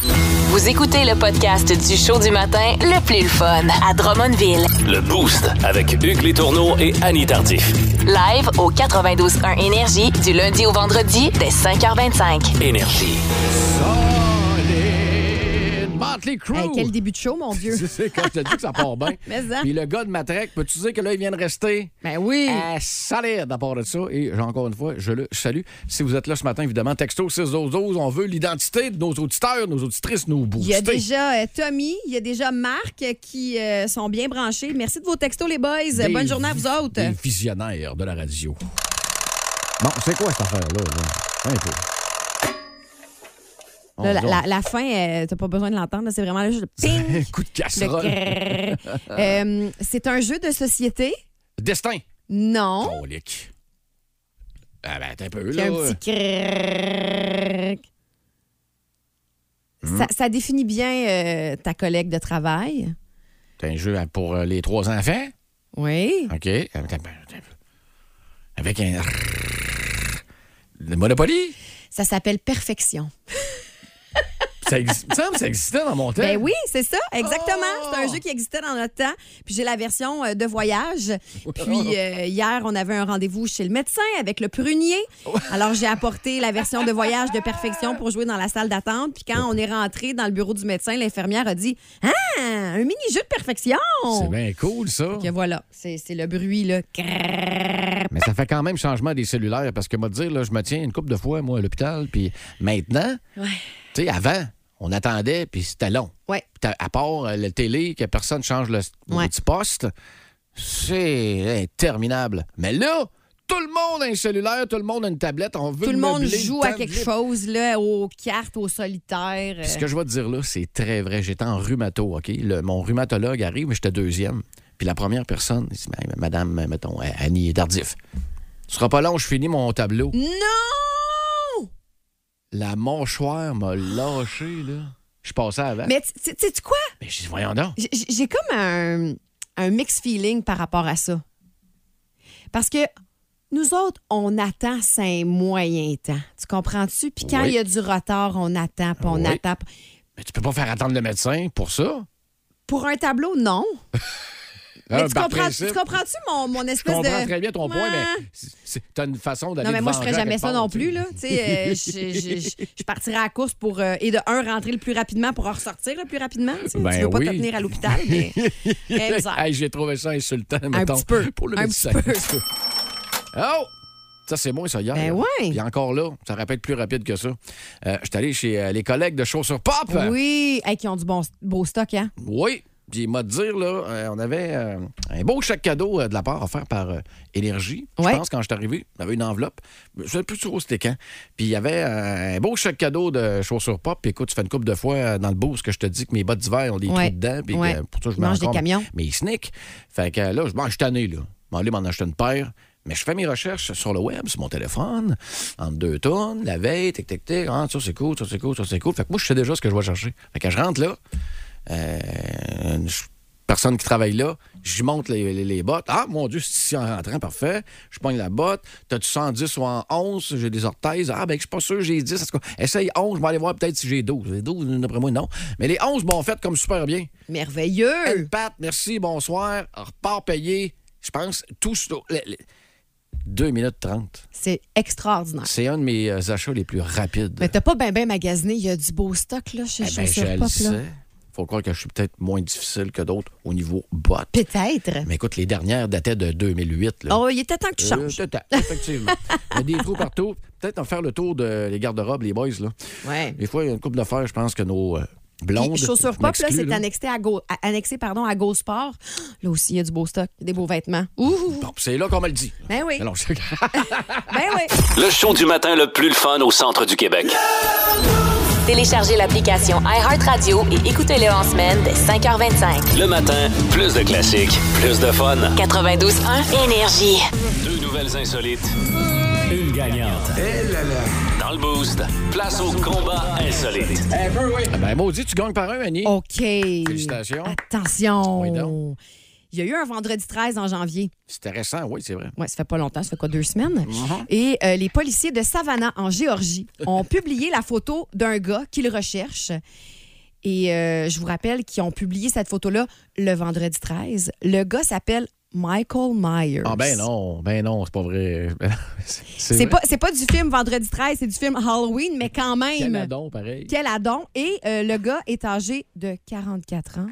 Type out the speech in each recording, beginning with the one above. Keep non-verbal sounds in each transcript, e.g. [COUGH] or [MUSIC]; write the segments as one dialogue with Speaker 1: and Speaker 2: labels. Speaker 1: Vous écoutez le podcast du show du matin le plus fun à Drummondville.
Speaker 2: Le Boost avec Hugues Létourneau et Annie Tardif.
Speaker 1: Live au 92.1 Énergie du lundi au vendredi dès 5h25.
Speaker 2: Énergie.
Speaker 3: Solide Motley Crue.
Speaker 4: Hey,
Speaker 3: [LAUGHS]
Speaker 4: quel début de show, mon Dieu.
Speaker 3: Tu sais, quand je te dis que ça part bien.
Speaker 4: [LAUGHS] Mais ça.
Speaker 3: Puis le gars de Matrec, peux-tu dire que là, il vient de rester
Speaker 4: Ben oui.
Speaker 3: euh, solide à part de ça? Et j'ai- encore une fois, je le salue. Si vous êtes là ce matin, évidemment, texto 612 on veut l'identité de nos auditeurs, nos auditrices, nos
Speaker 4: Il y a
Speaker 3: boostés.
Speaker 4: déjà euh, Tommy, il y a déjà Marc euh, qui euh, sont bien branchés. Merci de vos textos, les boys.
Speaker 3: Des
Speaker 4: Bonne journée à vous
Speaker 3: vi-
Speaker 4: autres.
Speaker 3: Des visionnaires de la radio. Bon, c'est quoi cette affaire-là? là? Un peu. On-
Speaker 4: Là, la,
Speaker 3: on-
Speaker 4: la- la fin, euh, t'as pas besoin de l'entendre. là, C'est vraiment [LAUGHS] juste le ping.
Speaker 3: Coup de
Speaker 4: le
Speaker 3: casserole.
Speaker 4: grrrr. Euh, C'est un jeu de société?
Speaker 3: Destin.
Speaker 4: Non.
Speaker 3: Oh, lick. Ah ben, t'es un peu,
Speaker 4: Puis
Speaker 3: là.
Speaker 4: un petit crrrr. Ça, ça définit bien euh, ta collègue de travail.
Speaker 3: T'as un jeu pour euh, les trois enfants.
Speaker 4: Oui.
Speaker 3: OK. Attends, attends, attends. Avec un... Le Monopoly?
Speaker 4: Ça s'appelle perfection.
Speaker 3: Ça existe, me semble que ça existait dans mon temps.
Speaker 4: Ben oui, c'est ça, exactement. C'est
Speaker 3: Oh!
Speaker 4: un jeu qui existait dans notre temps. Puis j'ai la version euh, de voyage.
Speaker 3: Oh,
Speaker 4: Puis euh, hier, on avait un rendez-vous chez le médecin avec le prunier. Alors j'ai apporté la version de voyage de perfection pour jouer dans la salle d'attente. Puis quand on est rentré dans le bureau du médecin, l'infirmière a dit Ah, un mini-jeu de perfection.
Speaker 3: C'est bien cool, ça.
Speaker 4: Que voilà, c'est c'est le bruit, là. Crrrr.
Speaker 3: Mais ça fait quand même changement des cellulaires parce que, moi, dire, là, je me tiens une couple de fois, moi, à l'hôpital. Puis maintenant,
Speaker 4: Ouais.
Speaker 3: tu sais, avant, on attendait, puis c'était long.
Speaker 4: Ouais.
Speaker 3: Puis t'as- à part euh, le télé, que personne change le
Speaker 4: Ouais.
Speaker 3: petit poste, c'est interminable. Mais là, tout le monde a un cellulaire, tout le monde a une tablette, on veut
Speaker 4: Tout le monde
Speaker 3: meubler
Speaker 4: joue
Speaker 3: temps
Speaker 4: à
Speaker 3: de
Speaker 4: quelque
Speaker 3: libre.
Speaker 4: chose, là, aux cartes, aux solitaires.
Speaker 3: Puis ce que je vais te dire là, c'est très vrai. J'étais en rhumato, OK? Le- mon rhumatologue arrive, mais j'étais deuxième. Puis la première personne, il dit, Ben, Madame, mettons, Annie Tardif. Ce sera pas long, je finis mon tableau.
Speaker 4: Non!
Speaker 3: La mâchoire m'a lâché, là. Je passais avant.
Speaker 4: Mais tu tu- tu sais quoi?
Speaker 3: Mais je dis, voyons donc.
Speaker 4: J- j- J'ai comme un, un mixed feeling par rapport à ça. Parce que nous autres, on attend, c'est un moyen temps. Tu comprends-tu? Puis quand
Speaker 3: Oui.
Speaker 4: il y a du retard, on attend, puis on
Speaker 3: Oui.
Speaker 4: attend.
Speaker 3: Mais tu peux pas faire attendre le médecin pour ça.
Speaker 4: Pour un tableau, non.
Speaker 3: Hein,
Speaker 4: Mais tu
Speaker 3: par
Speaker 4: comprends- tu
Speaker 3: principe.
Speaker 4: comprends-tu mon, mon
Speaker 3: Je
Speaker 4: espèce
Speaker 3: comprends
Speaker 4: de.
Speaker 3: très bien ton point, mais
Speaker 4: Ouais.
Speaker 3: c'est- c'est- t'as une façon d'aller
Speaker 4: Non, mais moi,
Speaker 3: te
Speaker 4: je ferais
Speaker 3: venger à
Speaker 4: jamais
Speaker 3: quelque
Speaker 4: ça
Speaker 3: part,
Speaker 4: non
Speaker 3: tu sais.
Speaker 4: plus. Là. Tu sais, euh, je, je- je- je partirais à la course pour, euh, et de un, rentrer le plus rapidement pour en ressortir le plus rapidement. Tu, sais.
Speaker 3: Ben
Speaker 4: Tu veux pas
Speaker 3: oui.
Speaker 4: te tenir à l'hôpital,
Speaker 3: [LAUGHS]
Speaker 4: mais. Eh, bizarre.
Speaker 3: Hey, j'ai trouvé ça insultant, mettons.
Speaker 4: petit peu.
Speaker 3: Pour le
Speaker 4: Un
Speaker 3: médecin.
Speaker 4: petit peu.
Speaker 3: Oh! Ça, c'est moi, ça, hier.
Speaker 4: Ben ouais.
Speaker 3: Puis encore là, ça rappelle plus rapide que ça. Euh, je suis allé chez euh, les collègues de Chaussures Pop.
Speaker 4: Oui, Hey, qui ont du bon, beau stock, hein?
Speaker 3: Oui. Puis il m'a dit, là, euh, on avait euh, un beau chèque cadeau euh, de la part offert par euh, Énergie.
Speaker 4: Ouais.
Speaker 3: Je pense quand je suis arrivé, il y avait une enveloppe. Je ne sais plus trop c'était quand. Puis il y avait euh, un beau chèque cadeau de chaussures pop. Puis écoute, tu fais une coupe de fois euh, dans le beau, ce que je te dis que mes bottes d'hiver ont des
Speaker 4: Ouais.
Speaker 3: trous dedans. Puis
Speaker 4: Ouais.
Speaker 3: que pour ça, je
Speaker 4: Ils
Speaker 3: mets
Speaker 4: mangent des
Speaker 3: encore
Speaker 4: camions.
Speaker 3: Mes sneaks. Fait que euh, là, je, bon, je suis tanné, là. Je vais aller m'en acheter une paire. Mais je fais mes recherches sur le web, sur mon téléphone, entre deux tonnes, la veille, tic, tic, tic. Ah, ça, c'est cool, ça, c'est cool, ça, c'est cool. Fait que moi, je sais déjà ce que je vais chercher. Fait que je rentre là, euh, une ch- personne qui travaille là, je monte les, les- les bottes. Ah, mon Dieu, c'est ici en rentrant, parfait. Je pogne la botte. T'as-tu 110 ou en 11? J'ai des orthèses. Ah, ben, je suis pas sûr, j'ai 10. En tout cas, Essaye 11, je vais aller voir peut-être si j'ai 12. Les 12, d'après moi, non. Mais les 11 m'ont fait comme super bien. Une
Speaker 4: Merveilleux!
Speaker 3: patte, merci, bonsoir. Repart payé. Je pense, tout ça. le- le- 2 minutes 30.
Speaker 4: C'est extraordinaire.
Speaker 3: C'est un de mes euh, achats les plus rapides.
Speaker 4: Mais t'as pas bien ben magasiné, il y a du beau stock là, chez
Speaker 3: Eh ben,
Speaker 4: Chaussures
Speaker 3: je le
Speaker 4: Pop. là.
Speaker 3: sais. Faut croire que je suis peut-être moins difficile que d'autres au niveau bottes.
Speaker 4: Peut-être.
Speaker 3: Mais écoute, les dernières dataient de 2008. Là.
Speaker 4: Oh, il était temps que tu
Speaker 3: Euh,
Speaker 4: changes.
Speaker 3: tata, effectivement. Il y a des trous partout. Peut-être en faire le tour de les garde-robes, les boys. Là.
Speaker 4: Ouais.
Speaker 3: Des fois, il y a une coupe d'affaires, je pense que nos euh, blondes.
Speaker 4: Puis, Chaussures
Speaker 3: je
Speaker 4: Pop, là,
Speaker 3: m'exclus,
Speaker 4: c'est annexé, à Go, à- annexé pardon, à Go Sport. Là aussi, il y a du beau stock, des beaux vêtements. Ouh!
Speaker 3: Bon, c'est là qu'on me le dit.
Speaker 4: Ben oui.
Speaker 3: Alors, [LAUGHS] Ah,
Speaker 4: Ben oui!
Speaker 2: Le show du matin le plus fun au centre du Québec.
Speaker 1: Téléchargez l'application iHeartRadio et écoutez-le en semaine dès 5h25.
Speaker 2: Le matin, plus de classiques, plus de fun.
Speaker 1: 92.1 Énergie.
Speaker 2: Deux nouvelles insolites. Une gagnante. Dans le boost, place au combat insolite.
Speaker 3: Ah ben, maudit, tu gagnes par un, Annie.
Speaker 4: OK.
Speaker 3: Félicitations.
Speaker 4: Attention!
Speaker 3: Oui, donc.
Speaker 4: il y a eu un vendredi 13 en janvier.
Speaker 3: C'était récent, oui, c'est vrai.
Speaker 4: Ouais, ça fait pas longtemps, ça fait quoi, deux semaines?
Speaker 3: Uh-huh.
Speaker 4: Et euh, les
Speaker 3: [LAUGHS]
Speaker 4: policiers de Savannah, en Géorgie, ont publié la photo d'un gars qu'ils recherchent. Et euh, je vous rappelle qu'ils ont publié cette photo-là le vendredi 13. Le gars s'appelle Michael Myers.
Speaker 3: Ah ben non, ben non, c'est pas vrai. [LAUGHS]
Speaker 4: C'est pas, c'est pas du film Vendredi 13, c'est du film Halloween, mais quand même.
Speaker 3: Canadon, pareil.
Speaker 4: Quel adon. Et euh, le gars est âgé de 44 ans.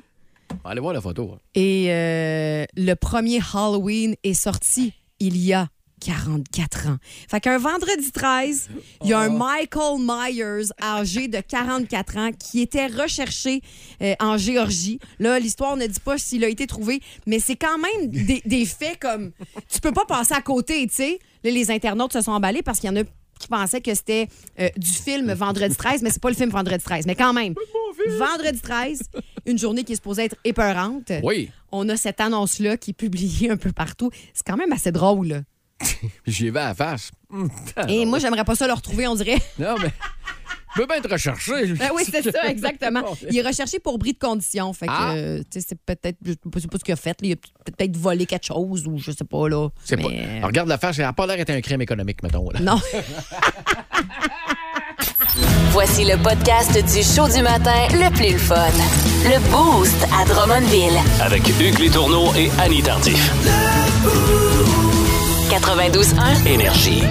Speaker 3: Allez voir la photo. hein.
Speaker 4: Et euh, le premier Halloween est sorti il y a 44 ans. Fait qu'un vendredi 13, il y a un Michael Myers âgé de 44 ans qui était recherché euh, en Géorgie. Là, l'histoire ne dit pas s'il a été trouvé, mais c'est quand même des, des faits comme... Tu peux pas passer à côté, tu sais. Là, les internautes se sont emballés parce qu'il y en a qui pensaient que c'était euh, du film Vendredi 13, mais c'est pas le film Vendredi 13. Mais quand même, Vendredi 13, une journée qui est supposée être épeurante
Speaker 3: Oui,
Speaker 4: on a cette annonce-là qui est publiée un peu partout. C'est quand même assez drôle. là.
Speaker 3: j'y vais à la face. Hum,
Speaker 4: Et moi, j'aimerais pas ça le retrouver, on dirait.
Speaker 3: Non, mais. Je peux bien être recherché.
Speaker 4: [LAUGHS] Ben oui, c'est [LAUGHS] ça, exactement. Il est recherché pour bris de condition. Fait que,
Speaker 3: Ah.
Speaker 4: euh, tu sais, c'est peut-être, je sais pas je sais pas ce qu'il a fait. là. Il a peut- peut-être volé quelque chose ou je sais pas, Ah. là.
Speaker 3: C'est pas-
Speaker 4: Mais- euh,
Speaker 3: Alors, Regarde la face, elle n'a pas l'air d'être un crime économique, mettons. là.
Speaker 4: Non. [LAUGHS]
Speaker 1: Voici le podcast du show du matin le plus le fun. Le Boost à Drummondville.
Speaker 2: Avec Hugues Létourneau et Annie Tardif.
Speaker 1: 92.1.
Speaker 2: Énergie.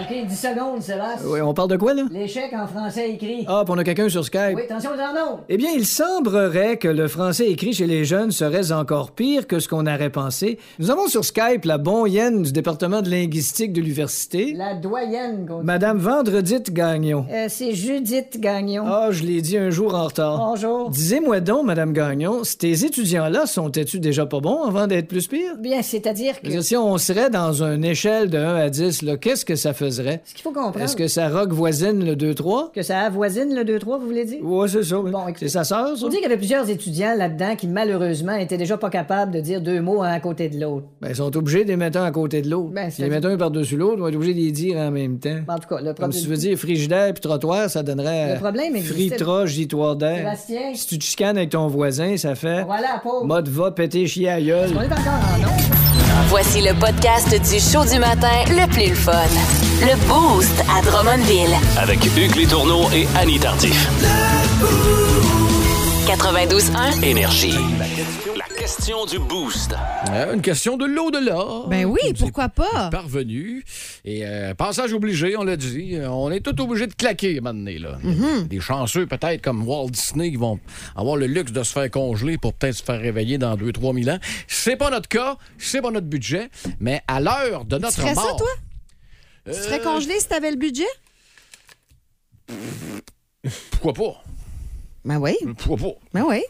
Speaker 5: OK, 10 secondes, Sébastien.
Speaker 6: Oui, on parle de quoi, là?
Speaker 5: L'échec en français écrit.
Speaker 6: Ah, puis on a quelqu'un sur Skype.
Speaker 5: Oui, attention aux annonces.
Speaker 6: Eh bien, il semblerait que le français écrit chez les jeunes serait encore pire que ce qu'on aurait pensé. Nous avons sur Skype la bonne du département de linguistique de l'université,
Speaker 5: La doyenne, qu'on dit.
Speaker 6: Madame Vendredite Gagnon.
Speaker 5: Euh, c'est Judith Gagnon.
Speaker 6: Ah, je l'ai dit un jour en retard.
Speaker 5: Bonjour.
Speaker 6: Disez-moi donc, Madame Gagnon, ces étudiants-là sont-ils déjà pas bons avant d'être plus pires?
Speaker 5: Bien, c'est-à-dire
Speaker 6: Je
Speaker 5: que...
Speaker 6: veux dire, Si on serait dans une échelle de 1 à 10, là, qu'est-ce que ça ferait?
Speaker 5: Ce qu'il faut comprendre...
Speaker 6: Est-ce que ça rock voisine le 2-3?
Speaker 5: que ça avoisine le 2-3, vous voulez dire?
Speaker 6: Ouais, c'est ça. oui.
Speaker 5: Bon, écoutez.
Speaker 6: c'est sa sœur, ça?
Speaker 5: On dit qu'il y avait plusieurs étudiants là-dedans qui, malheureusement, étaient déjà pas capables de dire deux mots un à côté de l'autre.
Speaker 6: Ben, ils sont obligés de les mettre un à côté de l'autre.
Speaker 5: Ben, c'est-
Speaker 6: S'ils les mettent un par-dessus l'autre, ils vont être obligés de les dire en même temps.
Speaker 5: En tout cas, le
Speaker 6: Comme
Speaker 5: problème...
Speaker 6: si tu veux dire frigidaire puis trottoir, ça donnerait.
Speaker 5: Le problème existait.
Speaker 6: Fritra, gitoire d'air.
Speaker 5: Sébastien.
Speaker 6: Si tu te chicanes avec ton voisin, ça fait.
Speaker 5: Voilà, pauvre.
Speaker 6: Mode va péter chier à gueule.
Speaker 5: On est encore en nom.
Speaker 1: Voici le podcast du show du matin le plus le fun. Le Boost à Drummondville.
Speaker 2: Avec Hugues Létourneau et Annie Tardif.
Speaker 1: 92.1.
Speaker 2: Énergie. La question du boost.
Speaker 3: Euh, une question de l'au-delà.
Speaker 4: Ben oui,
Speaker 3: Nous
Speaker 4: pourquoi pas?
Speaker 3: parvenu. Et euh, passage obligé, on l'a dit. Euh, On est tout obligé de claquer maintenant. Là.
Speaker 4: Mhm.
Speaker 3: Des chanceux, peut-être, comme Walt Disney, qui vont avoir le luxe de se faire congeler pour peut-être se faire réveiller dans 2-3 000 ans. C'est pas notre cas, c'est pas notre budget, mais à l'heure de notre
Speaker 4: ferais ça,
Speaker 3: mort-
Speaker 4: toi? Tu serais congelé si t'avais le budget?
Speaker 3: Pourquoi pas?
Speaker 4: Ben oui,
Speaker 3: Pourquoi pas?
Speaker 4: ben oui.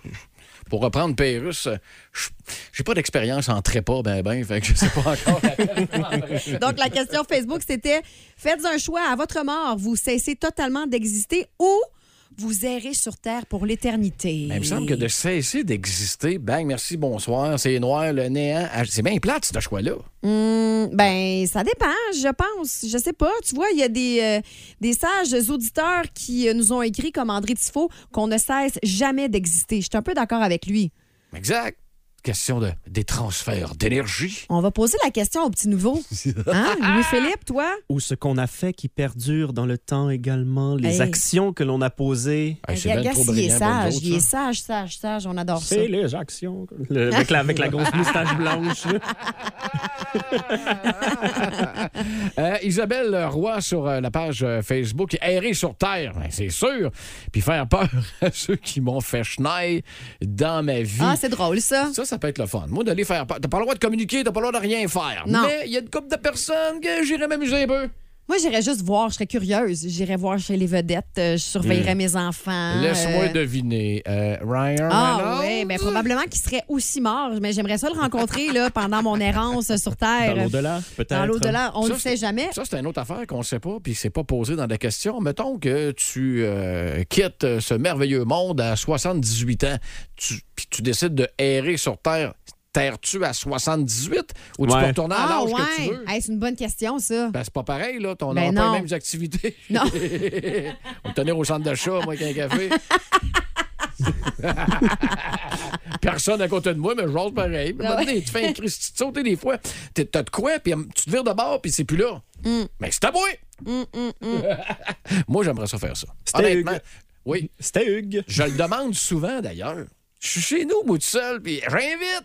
Speaker 3: Pour reprendre Pérus, euh, je- j'ai pas d'expérience en trépas, ben ben, fait que je sais
Speaker 4: [LAUGHS]
Speaker 3: pas encore.
Speaker 4: Donc, la question Facebook, c'était faites un choix à votre mort. Vous cessez totalement d'exister ou vous errez sur Terre pour l'éternité.
Speaker 3: Mais Ben, il me semble que de cesser d'exister, bang, merci, bonsoir, c'est noir, le néant, ah, c'est bien plate, ce choix-là.
Speaker 4: Hum, ben, ça dépend, je pense. Je sais pas. Tu vois, il y a des, euh, des sages auditeurs qui euh, nous ont écrit, comme André Tifo, qu'on ne cesse jamais d'exister. Je suis un peu d'accord avec lui.
Speaker 3: Exact. Question de, des transferts d'énergie.
Speaker 4: On va poser la question au
Speaker 3: [LAUGHS]
Speaker 4: petit nouveau. Hein? Louis-Philippe, toi?
Speaker 7: ou ce qu'on a fait qui perdure dans le temps également, les
Speaker 4: Hey.
Speaker 7: actions que l'on a posées.
Speaker 3: Hey, c'est
Speaker 4: Regarde,
Speaker 3: bien trop
Speaker 4: s'il est
Speaker 3: brillant pour nous
Speaker 4: sage.
Speaker 3: autres,
Speaker 4: Il est
Speaker 3: ça.
Speaker 4: sage, sage, sage. On adore ça.
Speaker 7: C'est les actions. Le- avec, la, avec
Speaker 4: [LAUGHS]
Speaker 7: la grosse moustache blanche. là.
Speaker 3: [LAUGHS] Euh, Isabelle Roy sur euh, la page euh, Facebook, errer sur terre, ben, c'est sûr, puis faire peur [LAUGHS] à ceux qui m'ont fait chenaille dans ma vie.
Speaker 4: Ah, c'est drôle, ça.
Speaker 3: ça, ça peut être le fun. Moi, d'aller faire peur. T'as pas le droit de communiquer, t'as pas le droit de rien faire.
Speaker 4: Non.
Speaker 3: Mais il y a une couple de personnes que j'irais m'amuser un peu.
Speaker 4: Moi, j'irais juste voir. Je serais curieuse. J'irais voir chez les vedettes. euh, Je surveillerais mes enfants.
Speaker 3: Hmm. Laisse-moi
Speaker 4: euh,
Speaker 3: deviner. Euh, Ryan
Speaker 4: Ah
Speaker 3: Reynolds?
Speaker 4: oui, ben, probablement qu'il serait aussi mort, mais j'aimerais ça le rencontrer là, pendant mon errance sur Terre.
Speaker 7: Dans l'au-delà, peut-être.
Speaker 4: Dans l'au-delà, on
Speaker 3: hein. Ça,
Speaker 4: ne le sait
Speaker 3: c'est-
Speaker 4: jamais.
Speaker 3: Ça, c'est une autre affaire qu'on ne sait pas, puis c'est pas posé dans la question. Mettons que tu euh, quittes euh, ce merveilleux monde à 78 ans, tu, puis tu décides de errer sur Terre. Terres-tu à 78 ou tu
Speaker 7: Ouais.
Speaker 3: peux retourner à
Speaker 4: Ah
Speaker 3: l'âge que tu
Speaker 4: ouais,
Speaker 3: veux?
Speaker 4: Hey, c'est une bonne question ça.
Speaker 3: Ben, c'est pas pareil, là. On n'aura
Speaker 4: Ben
Speaker 3: pas
Speaker 4: non.
Speaker 3: les mêmes activités.
Speaker 4: Non.
Speaker 3: [LAUGHS] On va tenir au centre d'achat, moi, avec un
Speaker 4: [LAUGHS]
Speaker 3: café. Personne à côté de moi, mais je rose pareil. Mais
Speaker 4: Ah ouais.
Speaker 3: maintenant, Tu
Speaker 4: Mm.
Speaker 3: fais un Christy de saut, tu sais, des fois. t'es- T'as de quoi, puis hum, tu te vires de bord, puis c'est plus là. Mais c'est à moi! [LAUGHS] Moi, j'aimerais ça faire ça.
Speaker 7: C'était
Speaker 3: Honnêtement,
Speaker 7: Hugues.
Speaker 3: oui.
Speaker 7: C'était Hugues.
Speaker 3: Je le demande souvent, d'ailleurs. Je suis chez nous, bout de seul, puis j'invite.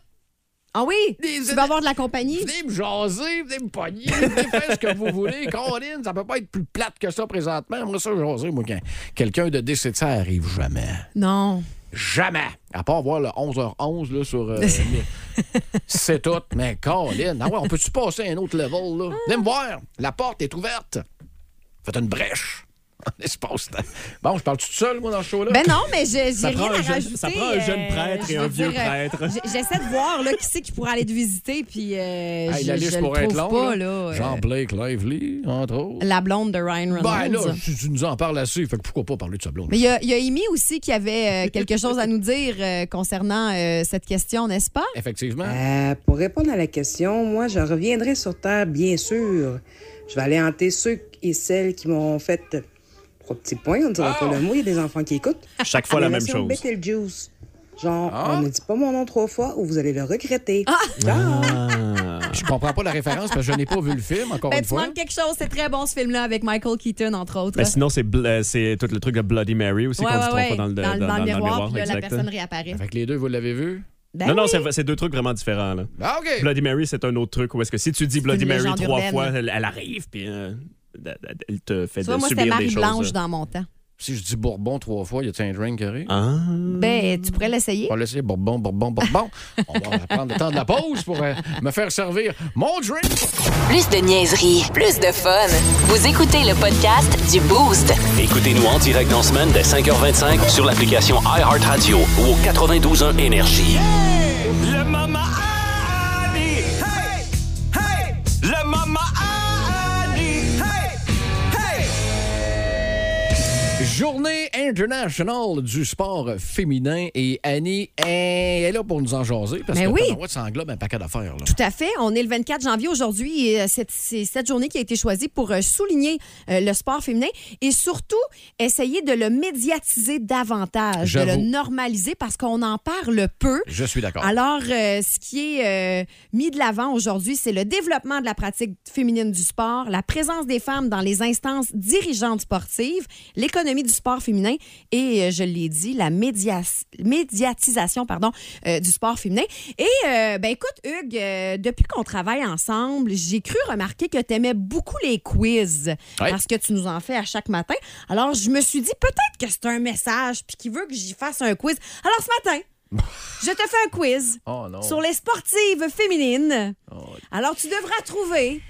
Speaker 4: Ah oui?
Speaker 3: Des-
Speaker 4: Tu vas avoir de la compagnie?
Speaker 3: Venez me jaser, venez me pogner, venez faire ce que vous
Speaker 4: [LAUGHS]
Speaker 3: voulez. Caroline, ça peut pas être plus plate que ça présentement. Moi, ça, jaser, moi, quand quelqu'un de décès, ça arrive jamais.
Speaker 4: Non.
Speaker 3: Jamais. À part voir le 11h11 là,
Speaker 4: [LAUGHS]
Speaker 3: sur. euh, mais- c'est tout. Mais Colin, ah ouais, on peut-tu passer à un autre level? Là? Venez me voir. La porte est ouverte. Faites une brèche. [LAUGHS] En espace. temps. Bon, je parle tout seul, moi, dans ce show-là?
Speaker 4: Ben non, mais je- j'ai
Speaker 7: Ça
Speaker 4: rien
Speaker 7: prend
Speaker 4: à
Speaker 7: un jeune-
Speaker 4: rajouter. euh,
Speaker 7: ça prend un jeune prêtre
Speaker 4: je
Speaker 7: et un
Speaker 4: veux euh,
Speaker 7: vieux prêtre.
Speaker 4: j- J'essaie de voir là, qui c'est qui pourrait aller te visiter, puis euh,
Speaker 3: Hey,
Speaker 4: je,
Speaker 3: la liste
Speaker 4: je le
Speaker 3: pourrait être
Speaker 4: trouve
Speaker 3: longue. là.
Speaker 4: pas. Là, euh,
Speaker 3: Jean-Blake Lively, entre autres.
Speaker 4: la blonde de Ryan Reynolds.
Speaker 3: Ben là, tu, tu nous en parles assez. Fait que pourquoi pas parler de sa blonde?
Speaker 4: mais il y a, il y a Amy aussi qui avait euh, quelque chose à nous dire euh, concernant euh, cette question, n'est-ce pas?
Speaker 3: Effectivement.
Speaker 8: Euh, pour répondre à la question, moi, je reviendrai sur Terre, bien sûr. Je vais aller hanter ceux et celles qui m'ont fait trois petits points, on dirait pas le mot, il y a des enfants qui écoutent.
Speaker 7: Chaque fois Ah! la même
Speaker 8: Appellation
Speaker 7: chose. Ah!
Speaker 8: Betelgeuse. Genre, on ne dit pas mon nom trois fois ou vous allez le regretter.
Speaker 9: Ah!
Speaker 7: Ah.
Speaker 3: Je comprends pas la référence parce que je n'ai pas vu le film, encore
Speaker 4: Ben,
Speaker 3: une
Speaker 4: tu
Speaker 3: fois.
Speaker 4: manques quelque chose. C'est très bon, ce film-là, avec Michael Keaton, entre autres. hein.
Speaker 7: Mais sinon, c'est bl- euh, c'est tout le truc de Bloody Mary aussi
Speaker 4: Ouais,
Speaker 7: qu'on
Speaker 4: ouais,
Speaker 7: se trompe
Speaker 4: ouais.
Speaker 7: pas dans le, dans- dans le miroir.
Speaker 4: puis là, la
Speaker 7: exact.
Speaker 4: personne réapparaît.
Speaker 3: Fait que les deux, vous l'avez vu?
Speaker 4: Ben
Speaker 7: non, non,
Speaker 4: oui.
Speaker 7: c'est- c'est deux trucs vraiment différents. Là.
Speaker 3: Ah, OK.
Speaker 7: Bloody Mary, c'est un autre truc où est-ce que si tu dis Bloody
Speaker 4: une
Speaker 7: Mary
Speaker 4: légende
Speaker 7: trois
Speaker 4: urbaine.
Speaker 7: fois, elle, elle arrive, puis euh, elle- elle- elle te fait
Speaker 4: Tu
Speaker 7: de
Speaker 4: vois, moi, c'était
Speaker 7: subir des choses. euh.
Speaker 4: Marie-Blanche dans mon temps.
Speaker 3: Si je dis Bourbon trois fois, y a-t-il un drink qui arrive?
Speaker 7: Ah.
Speaker 4: Ben, tu pourrais l'essayer.
Speaker 3: On va laisser Bourbon, Bourbon, Bourbon. On va [LAUGHS] prendre le temps de la pause pour euh, me faire servir mon drink.
Speaker 1: Plus de niaiserie, plus de fun. Vous écoutez le podcast du Boost.
Speaker 2: Écoutez-nous en direct dans la semaine dès 5h25 sur l'application iHeartRadio ou au 92.1 Énergie. Le Mama Annie! Hey! Hey! Le Mama Annie! Hey! Hey!
Speaker 3: Journée internationale du sport féminin et Annie elle est là pour nous en jaser parce
Speaker 4: Mais
Speaker 3: que
Speaker 4: Ben oui.
Speaker 3: tabarouette, ça englobe un paquet d'affaires. là.
Speaker 4: Tout à fait. On est le 24 janvier aujourd'hui et euh, c'est c'est cette journée qui a été choisie pour euh, souligner euh, le sport féminin et surtout essayer de le médiatiser davantage, de le
Speaker 3: J'avoue.
Speaker 4: normaliser parce qu'on en parle peu.
Speaker 3: Je suis d'accord.
Speaker 4: Alors, euh, ce qui est euh, mis de l'avant aujourd'hui, c'est le développement de la pratique féminine du sport, la présence des femmes dans les instances dirigeantes sportives, l'économie du sport féminin et, euh, je l'ai dit, la médias- médiatisation pardon, euh, du sport féminin. Et, euh, ben écoute, Hugues, euh, depuis qu'on travaille ensemble, j'ai cru remarquer que tu aimais beaucoup les quiz
Speaker 3: Ouais.
Speaker 4: parce que tu nous en fais à chaque matin. Alors, je me suis dit, peut-être que c'est un message puis qu'il veut que j'y fasse un quiz. Alors, ce matin, je te fais un quiz
Speaker 3: Oh non.
Speaker 4: sur les sportives féminines. Alors, tu devras trouver,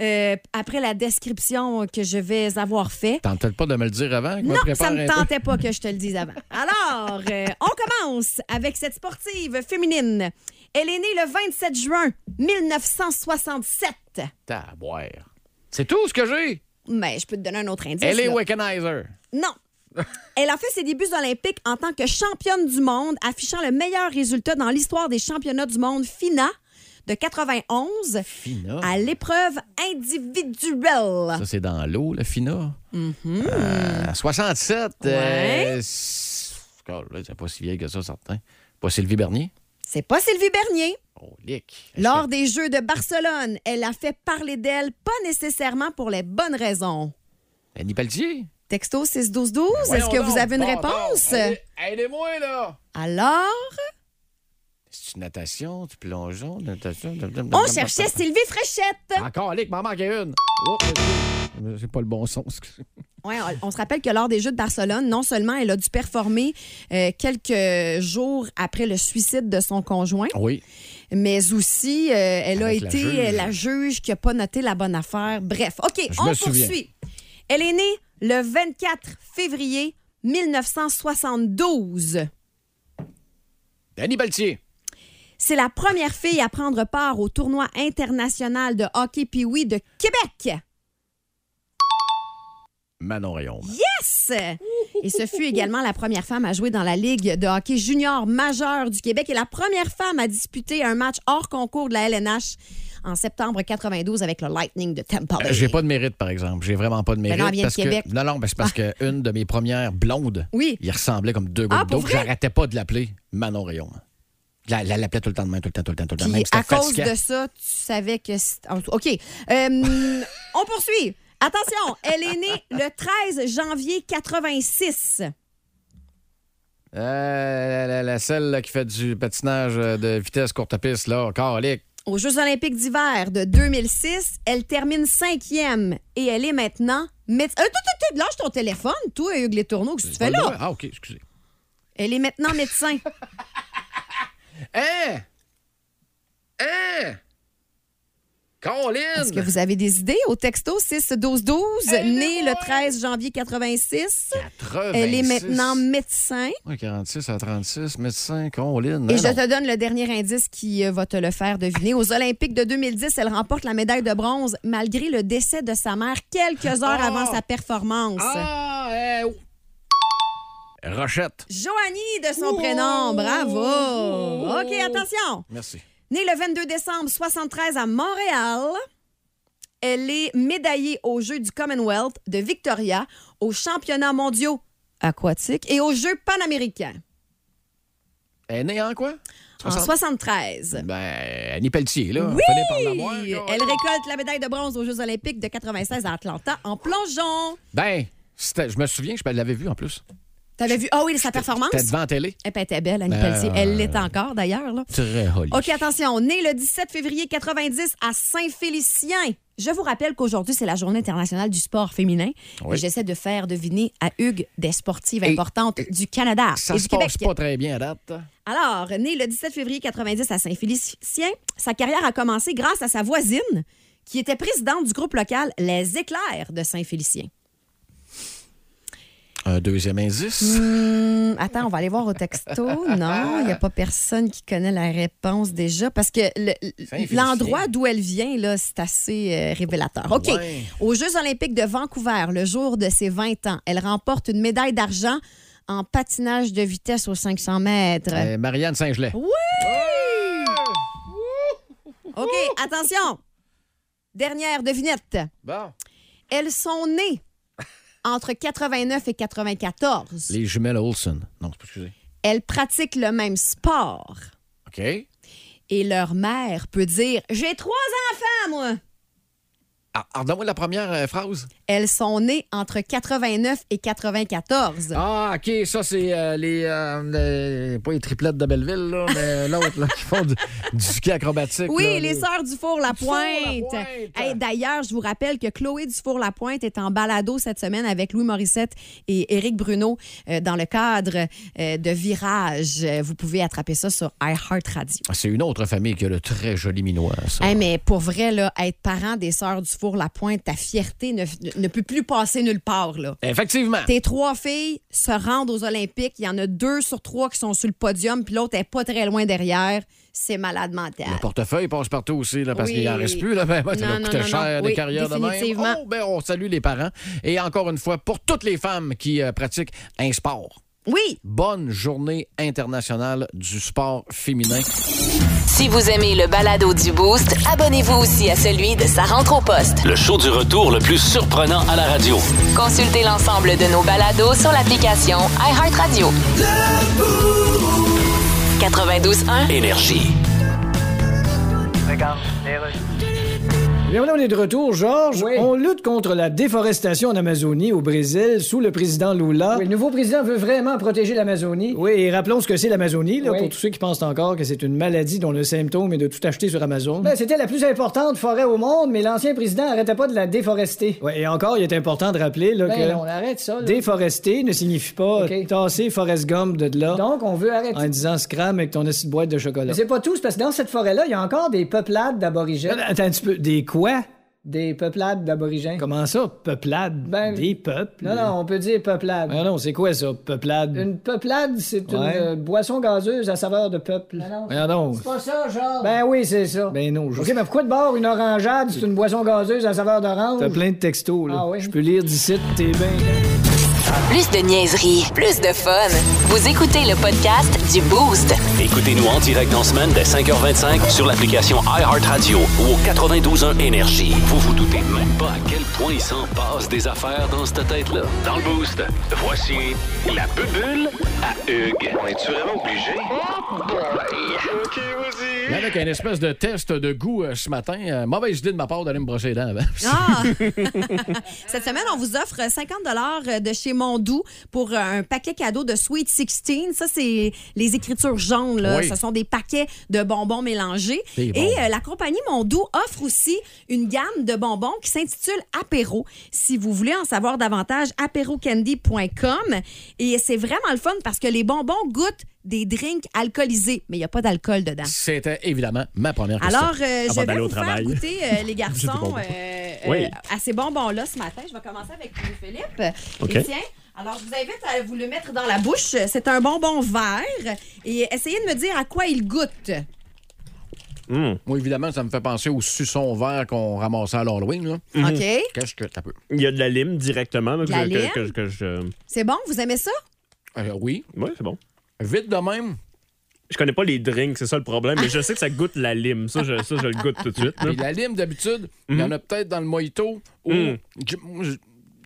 Speaker 4: euh, après la description que je vais avoir faite,
Speaker 3: Tente peut-être pas de me le dire avant. que je me
Speaker 4: non,
Speaker 3: prépare
Speaker 4: ça
Speaker 3: un
Speaker 4: me
Speaker 3: peu.
Speaker 4: tentait pas que je te le
Speaker 3: [LAUGHS]
Speaker 4: dise avant. Alors, euh, on commence avec cette sportive féminine. Elle est née le 27 juin 1967.
Speaker 3: Taboire. C'est tout ce que j'ai.
Speaker 4: Mais je peux te donner un autre indice.
Speaker 3: Elle est
Speaker 4: là.
Speaker 3: Weekenizer.
Speaker 4: Non. Elle a fait ses débuts olympiques en tant que championne du monde, affichant le meilleur résultat dans l'histoire des championnats du monde FINA de 91
Speaker 3: Fina.
Speaker 4: à l'épreuve individuelle.
Speaker 3: Ça, c'est dans l'eau, la Fina.
Speaker 4: Mm-hmm.
Speaker 3: Euh, 67. euh, s- Oh, là, c'est pas si vieille que ça, certain. Pas Sylvie Bernier.
Speaker 4: C'est pas Sylvie Bernier.
Speaker 3: Oh, lick. Est-ce
Speaker 4: Lors des Jeux de Barcelone, elle a fait parler d'elle, pas nécessairement pour les bonnes raisons.
Speaker 3: que- Annie Pelletier.
Speaker 4: Texto 61212, est-ce
Speaker 3: Voyons
Speaker 4: que vous
Speaker 3: donc.
Speaker 4: avez une
Speaker 3: Bon,
Speaker 4: réponse?
Speaker 3: bon, aidez- Aidez-moi, là.
Speaker 4: Alors,
Speaker 3: C'est une natation, du plongeon, natation.
Speaker 4: on cherchait Sylvie Fréchette.
Speaker 3: Encore, Lick, m'en manquait une. Oh, excusez. c'est pas le bon son. excusez.
Speaker 4: Ouais, on, on se rappelle que lors des Jeux de Barcelone, non seulement elle a dû performer euh, quelques jours après le suicide de son conjoint,
Speaker 3: Oui.
Speaker 4: mais aussi euh, elle
Speaker 3: Avec
Speaker 4: a
Speaker 3: la
Speaker 4: été
Speaker 3: juge.
Speaker 4: euh, la juge qui n'a pas noté la bonne affaire. Bref, OK,
Speaker 3: Je
Speaker 4: on
Speaker 3: me
Speaker 4: poursuit.
Speaker 3: souviens.
Speaker 4: Elle est née le 24 février 1972.
Speaker 3: Annie Pelletier.
Speaker 4: C'est la première fille à prendre part au tournoi international de hockey pee de Québec.
Speaker 3: Manon Rayon.
Speaker 4: Yes! Et ce fut également la première femme à jouer dans la Ligue de hockey junior majeure du Québec et la première femme à disputer un match hors concours de la LNH en septembre 92 avec le Lightning de Tampa Bay.
Speaker 3: Euh, J'ai pas de mérite, par exemple. J'ai vraiment pas de mérite.
Speaker 4: non, elle vient de
Speaker 3: parce que-
Speaker 4: Québec. Ah.
Speaker 3: Non, non, ben, c'est parce que une de mes premières blondes,
Speaker 4: Oui.
Speaker 3: il ressemblait comme deux
Speaker 4: Ah,
Speaker 3: gouttes
Speaker 4: pour
Speaker 3: d'eau.
Speaker 4: vrai?
Speaker 3: J'arrêtais pas de l'appeler Manon Rayon. Je la- la- l'appelais tout le temps de main, tout le temps, tout le temps, tout le temps.
Speaker 4: Puis
Speaker 3: même,
Speaker 4: à
Speaker 3: c'était
Speaker 4: cause
Speaker 3: fatigant.
Speaker 4: de ça, tu savais que... c'est- OK. Euh, [LAUGHS] on poursuit. Attention, elle est née le 13 janvier 86.
Speaker 3: Euh, la, la- la celle là, qui fait du patinage euh, de vitesse courte à piste, là, calique.
Speaker 4: Aux Jeux olympiques d'hiver de 2006, elle termine cinquième et elle est maintenant médecin. Euh, tout, tout, tout, lâche ton téléphone, toi, Hugues Les Tourneaux, qu'est-ce que tu fais
Speaker 3: Pas le droit.
Speaker 4: là?
Speaker 3: Ah, OK, excusez.
Speaker 4: Elle est maintenant médecin.
Speaker 3: Hein? Hein?
Speaker 4: Est-ce
Speaker 3: [LAUGHS]
Speaker 4: que
Speaker 3: Colin!
Speaker 4: vous avez des idées au texto 6-12-12,
Speaker 3: Eh,
Speaker 4: née le 13 janvier 86? Elle est maintenant médecin.
Speaker 3: Ouais, 46 à 36, médecin, Colin.
Speaker 4: Et
Speaker 3: hein,
Speaker 4: je
Speaker 3: non.
Speaker 4: te donne le dernier indice qui euh, va te le faire deviner. Aux Olympiques de 2010, elle remporte la médaille de bronze malgré le décès de sa mère quelques heures avant sa performance.
Speaker 3: Ah, eh, oh. Rochette.
Speaker 4: Joanie de son prénom, bravo! OK, attention.
Speaker 3: Merci.
Speaker 4: Née le 22 décembre 73 à Montréal, elle est médaillée aux Jeux du Commonwealth de Victoria, aux championnats mondiaux aquatiques et aux Jeux panaméricains
Speaker 3: Elle est née en quoi?
Speaker 4: en
Speaker 3: 60.
Speaker 4: 73.
Speaker 3: Ben, Annie Pelletier, là.
Speaker 4: Oui!
Speaker 3: Fallait par l'avoir,
Speaker 4: Elle
Speaker 3: là.
Speaker 4: récolte la médaille de bronze aux Jeux olympiques de 96 à Atlanta en plongeon.
Speaker 3: Ben, c'était- je me souviens que je l'avais vue en plus.
Speaker 4: T'avais vu, ah oui, sa performance?
Speaker 3: C'était devant la télé.
Speaker 4: Eh ben, Elle était belle, Annie
Speaker 3: Ben,
Speaker 4: Pelletier. Elle l'est encore, d'ailleurs. là.
Speaker 3: Très holly.
Speaker 4: OK, attention. Née le 17 février 90 à Saint-Félicien. Je vous rappelle qu'aujourd'hui, c'est la Journée internationale du sport féminin.
Speaker 3: Oui.
Speaker 4: Et J'essaie de faire deviner à Hugues des sportives
Speaker 3: Et-
Speaker 4: importantes du Canada
Speaker 3: Ça
Speaker 4: et
Speaker 3: se
Speaker 4: du
Speaker 3: passe
Speaker 4: Québec.
Speaker 3: pas très bien à date.
Speaker 4: Alors, née le 17 février 90 à Saint-Félicien, sa carrière a commencé grâce à sa voisine, qui était présidente du groupe local Les Éclairs de Saint-Félicien.
Speaker 3: Un deuxième indice.
Speaker 4: Hum, attends, on va aller voir au texto. Non, il n'y a pas personne qui connaît la réponse déjà parce que le-
Speaker 3: Saint-Félicien.
Speaker 4: l'endroit d'où elle vient, là, c'est assez euh, révélateur. OK.
Speaker 3: Ouais.
Speaker 4: Aux Jeux olympiques de Vancouver, le jour de ses 20 ans, elle remporte une médaille d'argent en patinage de vitesse aux 500 mètres.
Speaker 3: Euh, Marianne Saint-Gelais.
Speaker 4: Oh. OK, attention. Dernière devinette.
Speaker 3: Bon.
Speaker 4: Elles sont nées entre 89 et 94.
Speaker 3: Les jumelles Olsen. Non, c'est pas excusez.
Speaker 4: Elles pratiquent le même sport.
Speaker 3: OK.
Speaker 4: Et leur mère peut dire J'ai trois enfants, moi.
Speaker 3: Ah, ah, Donne-moi la première euh, phrase.
Speaker 4: Elles sont nées entre 89 et 94.
Speaker 3: Ah, OK, ça, c'est euh, les, euh, les- Pas les triplettes de Belleville, là, mais
Speaker 4: [LAUGHS]
Speaker 3: l'autre, là, qui font du, du ski acrobatique.
Speaker 4: Oui,
Speaker 3: là,
Speaker 4: les sœurs Dufour-Lapointe.
Speaker 3: Dufour-Lapointe.
Speaker 4: Hey, D'ailleurs, je vous rappelle que Chloé Dufour-Lapointe est en balado cette semaine avec Louis Morissette et Éric Bruno euh, dans le cadre euh, de Virage. Euh, Vous pouvez attraper ça sur iHeartRadio.
Speaker 3: C'est une autre famille qui a le très joli minois, ça.
Speaker 4: Hey, mais pour vrai, là, être parent des sœurs Dufour-Lapointe, ta fierté ne, ne peut plus passer nulle part. Là.
Speaker 3: Effectivement.
Speaker 4: Tes trois filles se rendent aux Olympiques. Il y en a deux sur trois qui sont sur le podium, puis l'autre est pas très loin derrière. C'est malade mental.
Speaker 3: Le portefeuille passe partout aussi, là, parce
Speaker 4: Ah. Oui.
Speaker 3: qu'il n'en reste plus. Là, ben, ouais, ça
Speaker 4: Non,
Speaker 3: va
Speaker 4: non,
Speaker 3: coûter
Speaker 4: non,
Speaker 3: cher
Speaker 4: non.
Speaker 3: des
Speaker 4: Oui,
Speaker 3: carrières de
Speaker 4: définitivement.
Speaker 3: même. Oh, ben, on salue les parents. Et encore une fois, pour toutes les femmes qui euh, pratiquent un sport,
Speaker 4: Oui,
Speaker 3: bonne journée internationale du sport féminin.
Speaker 1: Si vous aimez le balado du Boost, abonnez-vous aussi à celui de sa rentre au poste.
Speaker 2: Le show du retour le plus surprenant à la radio.
Speaker 1: Consultez l'ensemble de nos balados sur l'application iHeartRadio. 92.1.
Speaker 2: Énergie.
Speaker 6: Eh Bien voilà, on est de retour, Georges.
Speaker 5: Oui.
Speaker 6: On lutte contre la déforestation en Amazonie, au Brésil, sous le président Lula.
Speaker 5: Oui, le nouveau président veut vraiment protéger l'Amazonie.
Speaker 6: Oui, et rappelons ce que c'est l'Amazonie, là,
Speaker 5: Oui.
Speaker 6: pour tous ceux qui pensent encore que c'est une maladie dont le symptôme est de tout acheter sur Amazon.
Speaker 5: Ben, c'était la plus importante forêt au monde, mais l'ancien président arrêtait pas de la déforester.
Speaker 6: Ouais, et encore, il est important de rappeler là,
Speaker 5: Ben,
Speaker 6: que
Speaker 5: on arrête ça. là.
Speaker 6: déforester ne signifie pas
Speaker 5: OK.
Speaker 6: tasser Forrest Gump de là
Speaker 5: Donc, on veut arrêter.
Speaker 6: en disant scram avec ton assiette de boîte de chocolat.
Speaker 5: Mais c'est pas tout, c'est parce que dans cette forêt-là, il y a encore des peuplades d'aborigènes.
Speaker 6: Euh, Attends un petit peu, des quoi?
Speaker 5: Des peuplades d'aborigènes.
Speaker 6: Comment ça, peuplade?
Speaker 5: Ben-
Speaker 6: des peuples?
Speaker 5: Non, non, on peut dire peuplade.
Speaker 6: Ah non, c'est quoi ça, peuplade?
Speaker 5: Une peuplade, c'est une
Speaker 6: Ouais.
Speaker 5: euh, boisson gazeuse à saveur de peuple.
Speaker 6: Ah non.
Speaker 5: pas ça, genre. Ben oui, c'est ça.
Speaker 6: Ben non, juste-
Speaker 5: OK, mais pourquoi de bord une orangeade, c'est une boisson gazeuse à saveur d'orange?
Speaker 6: T'as plein de textos, là.
Speaker 5: Ah oui?
Speaker 6: Je peux lire d'ici, t'es bien.
Speaker 1: Plus de niaiserie, plus de fun. Vous écoutez le podcast du Boost.
Speaker 2: Écoutez-nous en direct dans la semaine dès 5h25 sur l'application iHeartRadio ou au 92.1 Énergie. Vous vous doutez même pas à quel point. point il s'en passe des affaires dans cette tête-là. Dans le boost, voici la bubule à Hugues. On est-tu vraiment obligé? OK, vas-y.
Speaker 3: Là, Avec un espèce de test de goût euh, ce matin, euh, mauvaise idée de ma part d'aller me brosser les dents avant. [LAUGHS]
Speaker 4: Ah! Cette semaine, on vous offre 50 de chez Mondou pour euh, un paquet cadeau de Sweet 16. Ça, c'est les écritures jaunes. Là.
Speaker 3: Oui.
Speaker 4: Ce sont des paquets de bonbons mélangés.
Speaker 3: C'est bon.
Speaker 4: Et euh, la compagnie Mondou offre aussi une gamme de bonbons qui s'intitule Apéro. Si vous voulez en savoir davantage, apérocandy.com. Et c'est vraiment le fun parce que les bonbons goûtent des drinks alcoolisés, mais il n'y a pas d'alcool dedans.
Speaker 3: C'était évidemment ma première question.
Speaker 4: Alors, euh, je
Speaker 7: Avant
Speaker 4: vais
Speaker 7: d'aller au
Speaker 4: vous faire
Speaker 7: travail.
Speaker 4: goûter,
Speaker 7: [LAUGHS]
Speaker 4: euh, les
Speaker 7: Juste des
Speaker 4: garçons,
Speaker 7: bonbons.
Speaker 4: euh,
Speaker 7: Oui.
Speaker 4: euh, à ces bonbons-là ce matin. Je vais commencer avec vous, Philippe.
Speaker 7: OK.
Speaker 4: Et tiens, alors, je vous invite à vous le mettre dans la bouche. C'est un bonbon vert. Et essayez de me dire à quoi il goûte.
Speaker 7: Hmm.
Speaker 3: Moi, évidemment, ça me fait penser au suçon vert qu'on ramassait à l'Halloween. là.
Speaker 7: Mhm.
Speaker 4: OK?
Speaker 3: Qu'est-ce que t'as peu?
Speaker 7: Il y a de la lime directement. là, que,
Speaker 4: De la
Speaker 7: je- que-
Speaker 4: lime?
Speaker 7: que je- que je-
Speaker 4: C'est bon? Vous aimez ça?
Speaker 3: Euh, oui.
Speaker 7: Ouais, c'est bon.
Speaker 3: Vite de même.
Speaker 7: Je connais pas les drinks, c'est ça le problème, mais je sais que ça goûte la lime. Ça, je, ça, je le goûte tout de suite. là.
Speaker 3: Puis la lime, d'habitude, il y en
Speaker 7: Hum.
Speaker 3: a peut-être dans le mojito ou gin-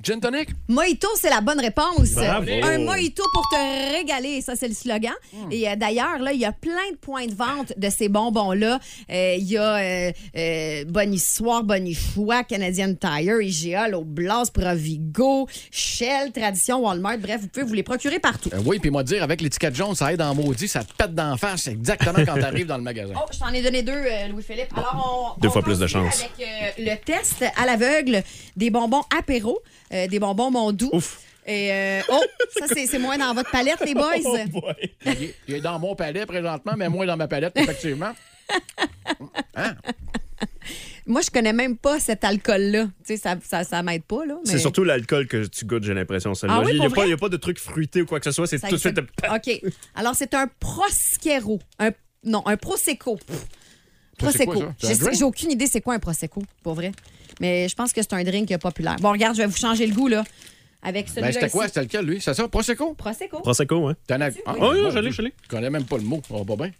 Speaker 3: gin tonic.
Speaker 4: Mojito, c'est la bonne réponse.
Speaker 7: Bravo.
Speaker 4: Un mojito pour te régaler, ça c'est le slogan. Et euh, d'ailleurs, là, il y a plein de points de vente de ces bonbons-là. Euh, Il y a euh, euh, Bonne Histoire, Bonne Foi, Canadian Tire, IGA, L'Oblast, Provigo, Shell, Tradition, Walmart. Bref, vous pouvez vous les procurer partout.
Speaker 3: Euh, oui, puis moi dire, avec l'étiquette jaune, ça aide en maudit, ça te pète d'en face exactement quand t'arrives dans le
Speaker 7: [LAUGHS]
Speaker 3: magasin.
Speaker 4: Oh, je t'en ai donné deux, euh, Louis-Philippe. Alors, on,
Speaker 7: Deux
Speaker 4: on
Speaker 7: fois plus de
Speaker 4: continue
Speaker 7: chance.
Speaker 4: Avec euh, le test à l'aveugle des bonbons apéro, euh, des bonbons mondou.
Speaker 7: Ouf.
Speaker 4: Et euh, oh, ça c'est c'est moins dans votre palette, les boys.
Speaker 7: Oh boy.
Speaker 3: Il est- il est dans mon palais présentement, mais moins dans ma palette,
Speaker 7: [LAUGHS]
Speaker 3: effectivement.
Speaker 4: Moi, je connais même pas cet alcool-là. Tu sais, ça, ça, ça m'aide pas, là. mais-
Speaker 7: C'est surtout l'alcool que tu goûtes, j'ai l'impression. celle-là.
Speaker 4: Ah oui,
Speaker 7: il
Speaker 4: pour
Speaker 7: n'y a,
Speaker 4: vrai?
Speaker 7: pas- il y a pas de truc fruité ou quoi que ce soit, c'est
Speaker 4: ça
Speaker 7: tout de suite.
Speaker 4: existe- OK. Alors, c'est un prosquero. Un... Non, un prosecco. Pff.
Speaker 3: Ça, c'est
Speaker 4: Prosecco.
Speaker 3: quoi, ça? C'est un
Speaker 4: Je sais-
Speaker 3: drink?
Speaker 4: J'ai aucune idée c'est quoi un prosecco, pour vrai. Mais je pense que c'est un drink euh, populaire. Bon, regarde, je vais vous changer le goût, là. Avec celui-là.
Speaker 3: Ben, c'était quoi?
Speaker 4: ici.
Speaker 3: C'était lequel, lui? C'est ça? Prosecco?
Speaker 4: Prosecco.
Speaker 7: Prosecco, hein?
Speaker 3: T'en as... Ah,
Speaker 7: Oh, oui,
Speaker 3: mon
Speaker 7: je l'ai,
Speaker 3: Dieu,
Speaker 7: je l'ai.
Speaker 3: Je connais même pas le mot. On va pas bien.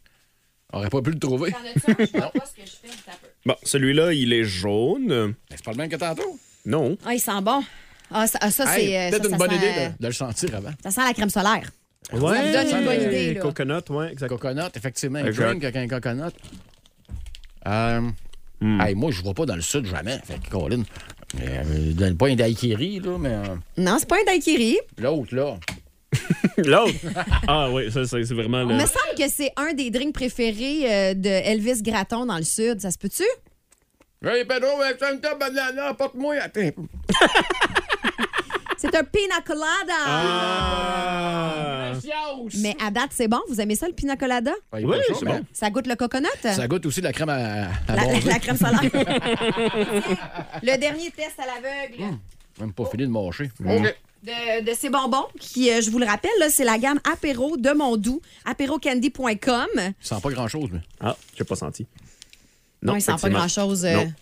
Speaker 3: Aurait pas pu le trouver.
Speaker 4: T'en as-tu un? Je vois pas ce que je fais, ça peut.
Speaker 7: Bon, celui-là, il est jaune. Euh,
Speaker 3: Ben, c'est pas le même que tantôt.
Speaker 7: Non.
Speaker 4: Ah, il sent bon. Ah, ça, ah, ça,
Speaker 3: Hey,
Speaker 4: c'est. euh,
Speaker 3: Peut-être
Speaker 4: ça,
Speaker 3: une
Speaker 4: ça
Speaker 3: bonne
Speaker 4: sent,
Speaker 3: idée
Speaker 4: euh,
Speaker 3: de, de le sentir avant.
Speaker 4: Ça sent la crème solaire.
Speaker 7: Ouais.
Speaker 4: me donne une bonne idée, là.
Speaker 7: Euh, Coconut, ouais, exact.
Speaker 3: Coconut, effectivement. Un
Speaker 7: Exact.
Speaker 3: drink avec un coconut. Euh,
Speaker 7: Hmm.
Speaker 3: hey, moi, je vois pas dans le sud jamais. Fait que, Colin, euh, donne pas un daiquiri, là, mais euh,
Speaker 4: Non, c'est pas un daiquiri.
Speaker 3: l'autre, là.
Speaker 7: L'autre. Ah oui, ça, c'est c'est vraiment
Speaker 4: Il
Speaker 7: le.
Speaker 4: me semble que c'est un des drinks préférés euh, de Elvis Gratton dans le Sud. Ça se peut-tu?
Speaker 3: Hey, Pedro, avec ton top banana, apporte-moi. Attends.
Speaker 4: C'est un pina colada.
Speaker 7: Ah!
Speaker 4: Mais à date, c'est bon. Vous aimez ça, le pina colada?
Speaker 3: Ben, il est
Speaker 7: Oui,
Speaker 3: pas chaud,
Speaker 7: c'est
Speaker 3: mais
Speaker 7: bon.
Speaker 4: Ça goûte le coconut?
Speaker 3: Ça goûte aussi de la crème à, à
Speaker 4: la,
Speaker 3: bronzer.
Speaker 4: la crème solaire. le dernier test à l'aveugle.
Speaker 3: Même pas fini de mâcher. Hmm.
Speaker 4: de, de ces bonbons, qui, euh, je vous le rappelle, là, c'est la gamme apéro de Mondou, apérocandy.com.
Speaker 3: Je sens pas grand-chose, mais.
Speaker 7: Ah, j'ai pas senti.
Speaker 4: Non, il sent pas
Speaker 7: effectivement.
Speaker 4: grand-chose. euh.
Speaker 7: Non.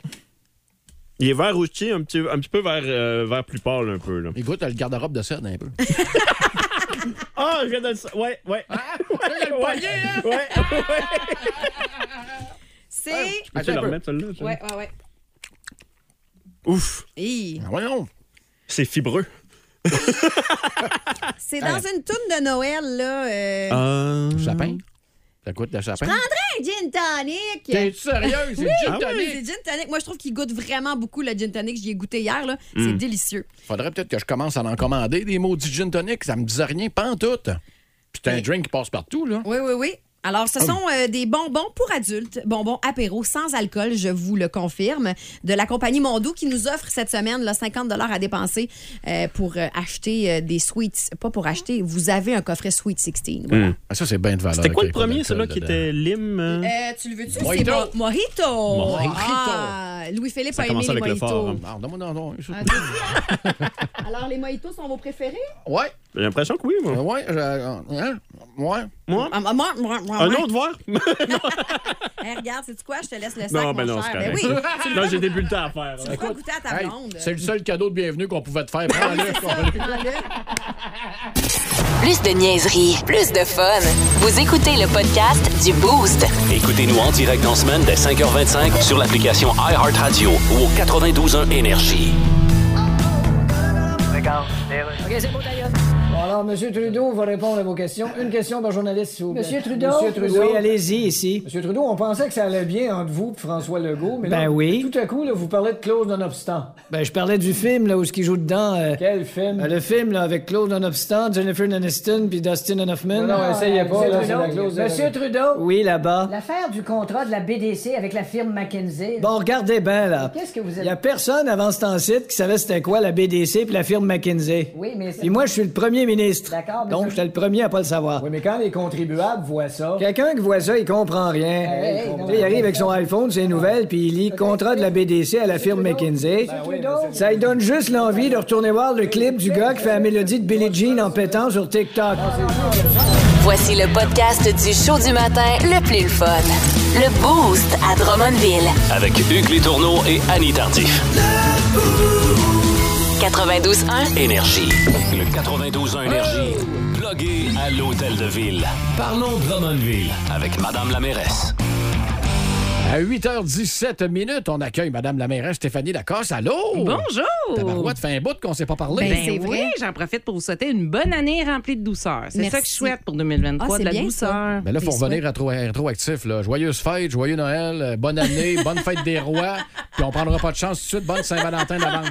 Speaker 7: Il est vert routier, un petit, un petit peu vers, euh, vers plus pâle, un peu. Là.
Speaker 3: Il goûte à le garde-robe de scène un peu.
Speaker 7: Ah, je viens de le. sa- Ouais, ouais.
Speaker 3: Ah,
Speaker 7: [LAUGHS]
Speaker 3: le poignet, hein?
Speaker 7: Ouais, ouais.
Speaker 4: C'est.
Speaker 7: Peux-tu
Speaker 3: Attends
Speaker 7: le
Speaker 3: un peu.
Speaker 7: remettre, celle-là?
Speaker 4: Ouais, ouais, ouais.
Speaker 7: Ouf,
Speaker 4: Hi.
Speaker 3: Ah, Voyons.
Speaker 7: c'est fibreux.
Speaker 4: C'est dans une toune de Noël, là. euh,
Speaker 7: Ah.
Speaker 3: Du sapin. Ça goûte le sapin.
Speaker 4: Un gin tonic.
Speaker 3: T'es sérieux? C'est
Speaker 7: Ah
Speaker 3: gin tonic.
Speaker 4: C'est gin tonic. Moi, je trouve qu'il goûte vraiment beaucoup le gin tonic. J'y ai goûté hier. là.
Speaker 7: Mm.
Speaker 4: C'est délicieux.
Speaker 3: Faudrait peut-être que je commence à en commander des maudits gin tonic. Ça me disait rien, pas en tout. Puis t'as un
Speaker 4: Mais-
Speaker 3: drink qui passe partout, là.
Speaker 4: Oui, oui, oui. Alors,
Speaker 7: Ah
Speaker 4: ce sont euh, des bonbons pour adultes, bonbons apéro sans alcool, je vous le confirme, de la compagnie Mondou qui nous offre cette semaine là, 50 à dépenser euh, pour euh, acheter euh, des sweets. Pas pour acheter, vous avez un coffret Sweet 16. voilà.
Speaker 7: Mm.
Speaker 3: Ah, ça, c'est bien de valeur.
Speaker 7: C'était quoi
Speaker 3: avec
Speaker 7: le
Speaker 3: les
Speaker 7: premier,
Speaker 3: produits
Speaker 7: celui-là qui
Speaker 3: dedans.
Speaker 7: était lime? euh?
Speaker 3: Eh.
Speaker 4: Euh, tu le veux-tu? C'est
Speaker 3: Mojito.
Speaker 4: mo- Mojito.
Speaker 7: Mojito.
Speaker 4: Ah, Louis-Philippe
Speaker 7: Ça
Speaker 4: a aimé
Speaker 7: commence
Speaker 4: les
Speaker 7: avec le
Speaker 4: mojitos.
Speaker 7: fort, hein.
Speaker 3: Ah, non, non, non. ça.
Speaker 4: Alors, les mojitos sont vos préférés?
Speaker 3: Ouais,
Speaker 7: J'ai l'impression que oui, moi.
Speaker 3: euh, ouais, euh, hein, ouais.
Speaker 7: Moi?
Speaker 4: Ah, moi, moi, moi,
Speaker 7: Un
Speaker 4: moi.
Speaker 7: autre voir?
Speaker 4: Hey, regarde, c'est quoi? Je te laisse le sac,
Speaker 7: Non,
Speaker 4: mon
Speaker 7: ben non,
Speaker 4: cher.
Speaker 7: c'est correct.
Speaker 4: Ben
Speaker 7: [LAUGHS]
Speaker 4: oui, tu
Speaker 7: Là, j'ai des bulletins à faire. hein.
Speaker 4: tu pourras goûter à ta
Speaker 3: Hey,
Speaker 4: blonde. euh. Ah,
Speaker 3: c'est le seul cadeau de bienvenue qu'on pouvait
Speaker 4: [LAUGHS]
Speaker 3: te faire. Prends-le. prends-le. Ben
Speaker 1: Plus de niaiserie, plus de fun. Vous écoutez le podcast du Boost.
Speaker 2: Écoutez-nous en direct dans la semaine dès 5h25 sur l'application iHeartRadio ou au 92.1 Énergie.
Speaker 5: Bon, alors, M. Trudeau va répondre à vos questions. Une question par journaliste, s'il vous plaît. M. Trudeau? M. Trudeau,
Speaker 6: Oui, allez-y ici.
Speaker 5: Monsieur Trudeau, on pensait que ça allait bien entre vous et François Legault, mais
Speaker 6: Ben
Speaker 5: là,
Speaker 6: oui.
Speaker 5: tout à coup, là, vous parlez de clause nonobstant.
Speaker 6: Ben, je parlais du film là où ce qui joue dedans. euh,
Speaker 5: Quel film?
Speaker 6: euh, le film là avec Claude Nonobstant, Jennifer Aniston puis Dustin Hoffman.
Speaker 5: Non, non, essayez pas,
Speaker 6: Monsieur
Speaker 5: là, c'est
Speaker 6: Trudeau.
Speaker 5: la clause
Speaker 6: Monsieur
Speaker 5: Ah, Trudeau.
Speaker 6: Trudeau. Oui, là-bas.
Speaker 5: L'affaire du contrat de la BDC avec la firme McKinsey.
Speaker 6: Bon, regardez bien là.
Speaker 5: Qu'est-ce que vous
Speaker 6: Il
Speaker 5: avez-
Speaker 6: y a personne avant ce temps-ci qui savait c'était quoi la BDC puis la firme McKinsey.
Speaker 5: Oui, mais c'est-
Speaker 6: Puis moi, je suis le premier ministre.
Speaker 5: D'accord, mais ça-
Speaker 6: Donc, j'étais le premier à pas le savoir.
Speaker 5: Oui, mais quand les contribuables voient ça.
Speaker 6: Quelqu'un qui voit ça, il comprend rien.
Speaker 5: Hey, hey,
Speaker 6: Tu sais,
Speaker 5: non,
Speaker 6: il
Speaker 5: non,
Speaker 6: arrive
Speaker 5: non.
Speaker 6: avec son iPhone, ses nouvelles, puis il lit contrat de la BDC à la firme McKinsey. Ça lui donne juste l'envie de retourner voir le clip du gars qui fait la mélodie de Billie Jean en pétant sur TikTok.
Speaker 1: Voici le podcast du show du matin le plus le fun. Le Boost à Drummondville.
Speaker 2: Avec Hugues Létourneau et Annie Tardif.
Speaker 1: 92.1.
Speaker 2: Énergie. Le 92.1 Énergie. Plugué à l'hôtel de ville. Parlons Drummondville. Avec Madame la mairesse.
Speaker 3: À 8h17 minutes, on accueille Madame la mairesse Stéphanie Lacasse. Allô?
Speaker 9: Bonjour!
Speaker 3: Tabarouette, fait un bout qu'on s'est pas parlé.
Speaker 4: Ben, c'est
Speaker 9: Ben oui,
Speaker 4: vrai.
Speaker 3: Ah,
Speaker 9: j'en profite pour vous souhaiter une bonne année remplie de douceur. C'est
Speaker 4: Merci.
Speaker 9: ça que je souhaite pour
Speaker 4: Ah,
Speaker 9: 2023,
Speaker 4: c'est
Speaker 9: de la
Speaker 4: bien,
Speaker 9: douceur.
Speaker 4: ça.
Speaker 3: Mais Ben là, il faut
Speaker 4: Des
Speaker 3: revenir à trop- à rétroactif. Là. Joyeuse fête, joyeux Noël, euh, bonne année, bonne fête des
Speaker 4: [LAUGHS]
Speaker 3: rois. Puis on prendra pas de chance tout de suite. Bonne Saint-Valentin d'avance.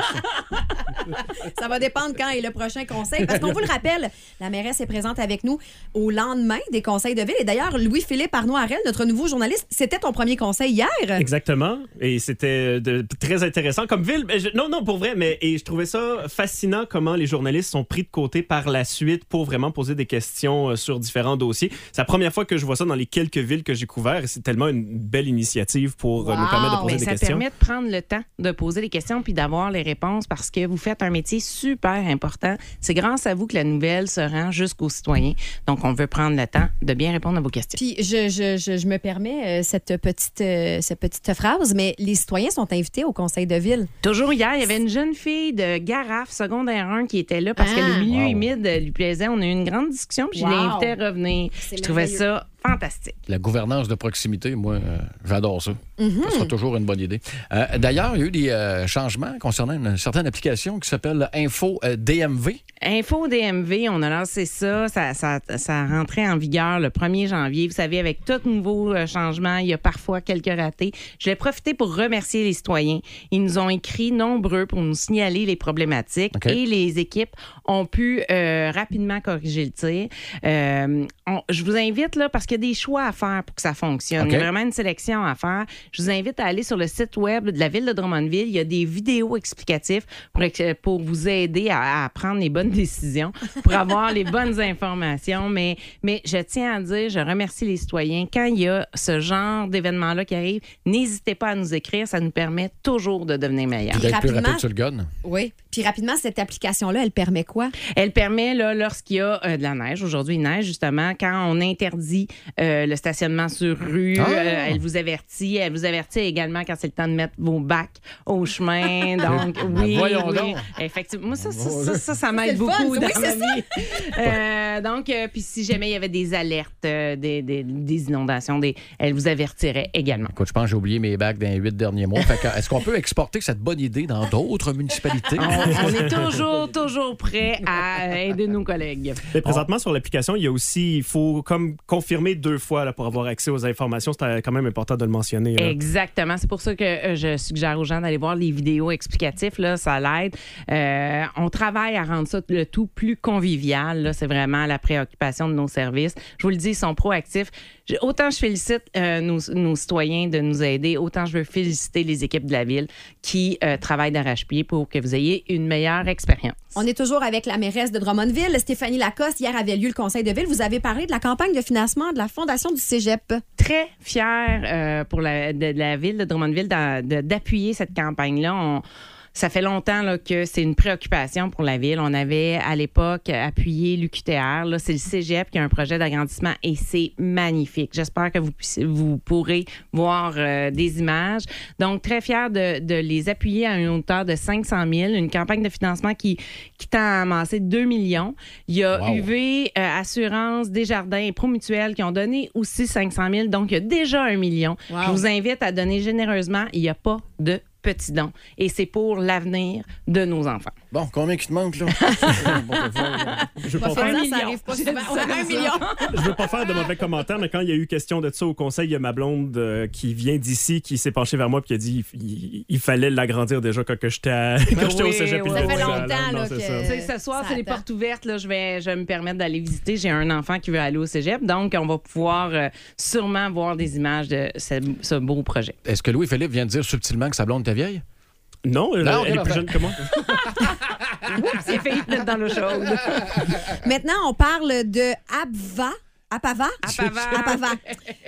Speaker 4: Ça va dépendre quand est le prochain conseil. Parce qu'on vous le rappelle, la mairesse est présente avec nous au lendemain des conseils de ville. Et d'ailleurs, Louis-Philippe Arnois-Arel, notre nouveau journaliste, c'était ton premier conseil hier.
Speaker 7: [LAUGHS] Exactement. Et c'était euh, de- très intéressant comme ville. Mais je- non, non, pour vrai, mais et je trouvais ça fascinant comment les journalistes sont pris de côté par la suite pour vraiment poser des questions euh, sur différents dossiers. C'est la première fois que je vois ça dans les quelques villes que j'ai couvertes. et C'est tellement une belle initiative pour euh, nous
Speaker 4: Wow.
Speaker 7: permettre de poser
Speaker 9: Ben,
Speaker 7: des
Speaker 9: ça
Speaker 7: questions.
Speaker 9: permet de prendre le temps de poser les questions puis d'avoir les réponses parce que vous faites un métier super important. C'est grâce à vous que la nouvelle se rend jusqu'aux citoyens. Donc, on veut prendre le temps de bien répondre à vos questions.
Speaker 4: Puis je, je- je- je me permets euh, cette, petite, euh, cette petite phrase, mais les citoyens sont invités au conseil de ville.
Speaker 9: Toujours hier, il y avait une jeune fille de Garaf, secondaire 1, qui était là parce que
Speaker 4: Ah.
Speaker 9: le milieu
Speaker 3: Wow.
Speaker 9: humide euh, lui plaisait. On a eu une grande discussion puis
Speaker 4: Wow.
Speaker 9: je l'ai invitée à revenir.
Speaker 4: C'est
Speaker 9: Je trouvais
Speaker 4: merveilleux.
Speaker 9: ça fantastique.
Speaker 3: La gouvernance de proximité, moi, euh, j'adore ça.
Speaker 4: Mhm.
Speaker 3: Ça sera toujours une bonne idée. Euh, D'ailleurs, il y a eu des euh, changements concernant une certaine application qui s'appelle Info euh, DMV.
Speaker 9: Info DMV, on a lancé ça. Ça, ça, ça rentrait en vigueur le 1er janvier. Vous savez, avec tout nouveau euh, changement, il y a parfois quelques ratés. Je vais profiter pour remercier les citoyens. Ils nous ont écrit nombreux pour nous signaler les problématiques
Speaker 3: OK.
Speaker 9: et les équipes ont pu euh, rapidement corriger le tir. Euh, on- je vous invite, là, parce qu'il y a des choix à faire pour que ça fonctionne.
Speaker 3: OK.
Speaker 9: Il y a vraiment une sélection à faire. Je vous invite à aller sur le site web de la ville de Drummondville. Il y a des vidéos explicatives pour, ex- pour vous aider à, à prendre les bonnes [LAUGHS] décisions, pour avoir les bonnes informations. Mais, mais je tiens à dire, je remercie les citoyens. Quand il y a ce genre d'événement-là qui arrive, n'hésitez pas à nous écrire. Ça nous permet toujours de devenir meilleurs.
Speaker 3: Puis d'être plus
Speaker 4: rapidement.
Speaker 3: rapide sur le gun.
Speaker 4: Oui. Puis rapidement, cette application-là, elle permet quoi?
Speaker 9: Elle permet, là, lorsqu'il y a euh, de la neige, aujourd'hui il neige justement, quand on interdit euh, le stationnement sur rue,
Speaker 3: Ah!
Speaker 9: euh, elle vous avertit. Elle vous avertit également quand c'est le temps de mettre vos bacs au chemin. Donc,
Speaker 3: Ben
Speaker 9: oui.
Speaker 3: voyons
Speaker 9: oui.
Speaker 3: donc.
Speaker 9: Effectivement. Moi, ça, ça, ça, ça, ça m'aide
Speaker 4: le fun,
Speaker 9: beaucoup
Speaker 4: ça.
Speaker 9: dans
Speaker 4: Oui,
Speaker 9: ma
Speaker 4: c'est
Speaker 9: vie. Euh, donc, euh, puis si jamais il y avait des alertes, euh, des, des- des inondations, des, elle vous avertirait également.
Speaker 3: Écoute, je pense que j'ai oublié mes bacs dans les huit derniers mois. Fait que, Est-ce qu'on peut exporter cette bonne idée dans d'autres municipalités?
Speaker 9: On, on est toujours, toujours prêt à aider nos collègues.
Speaker 7: Mais présentement, sur l'application, il y a aussi, il faut comme confirmer deux fois là, pour avoir accès aux informations. C'est euh, quand même important de le mentionner. là.
Speaker 9: Exactement. C'est pour ça que euh, je suggère aux gens d'aller voir les vidéos explicatives. Là, ça l'aide. Euh, on travaille à rendre ça le tout plus convivial. là. C'est vraiment la préoccupation de nos services. Je vous le dis, ils sont proactifs. Je- autant je félicite euh, nos, nos citoyens de nous aider, autant je veux féliciter les équipes de la ville qui euh, travaillent d'arrache-pied pour que vous ayez une meilleure expérience.
Speaker 4: On est toujours avec la mairesse de Drummondville, Stéphanie Lacoste. Hier avait lieu le conseil de ville. Vous avez parlé de la campagne de financement de la Fondation du Cégep.
Speaker 9: très fière euh, pour la, de, de la ville de Drummondville d'a- de- d'appuyer cette campagne-là. On- ça fait longtemps là, que c'est une préoccupation pour la ville. On avait à l'époque appuyé l'UQTR. Là, c'est le Cégep qui a un projet d'agrandissement et c'est magnifique. J'espère que vous, puissiez- vous pourrez voir euh, des images. Donc, très fière de, de les appuyer à une hauteur de 500 000. Une campagne de financement qui, qui tend à amasser 2 millions. Il y a
Speaker 3: Wow.
Speaker 9: UV Privé, euh, Assurance, Desjardins et Promutuelle qui ont donné aussi 500 000. Donc, il y a déjà un million.
Speaker 4: Wow.
Speaker 9: Je vous invite à donner généreusement. Il n'y a pas de petits dons. Et c'est pour l'avenir de nos enfants.
Speaker 3: Bon, combien qui te manque, là?
Speaker 7: [LAUGHS] Je veux,
Speaker 4: Pas
Speaker 7: pas
Speaker 4: fait
Speaker 7: faire,
Speaker 4: dire, ça
Speaker 3: [LAUGHS]
Speaker 4: arrive pas souvent. Ouais, un million.
Speaker 7: je veux pas faire de mauvais commentaires, mais quand il y a eu question de ça au conseil, il y a ma blonde euh, qui vient d'ici, qui s'est penchée vers moi et qui a dit il, il- il fallait l'agrandir déjà quand que j'étais à- [LAUGHS] quand j'étais au
Speaker 9: oui,
Speaker 7: cégep.
Speaker 9: oui,
Speaker 7: et
Speaker 9: Ça
Speaker 7: le
Speaker 9: fait
Speaker 7: lycée.
Speaker 4: longtemps,
Speaker 7: Alors,
Speaker 4: là,
Speaker 7: c'est
Speaker 4: que-
Speaker 7: ça.
Speaker 9: Tu sais, ce soir,
Speaker 4: Euh, ça
Speaker 9: c'est les
Speaker 4: attend.
Speaker 9: portes ouvertes. Là, je, vais, je vais me permettre d'aller visiter. J'ai un enfant qui veut aller au cégep. Donc, on va pouvoir euh, sûrement voir des images de ce, ce beau
Speaker 4: [LAUGHS]
Speaker 9: projet.
Speaker 3: Est-ce que Louis-Philippe vient de dire subtilement que sa blonde était vieille?
Speaker 7: Non, elle,
Speaker 3: Non,
Speaker 7: elle est
Speaker 3: ok,
Speaker 7: plus jeune que moi.
Speaker 9: Oups, j'ai failli te mettre dans le chaude.
Speaker 4: Maintenant, on parle de Abva. Apava?
Speaker 9: Apava.
Speaker 4: Apava.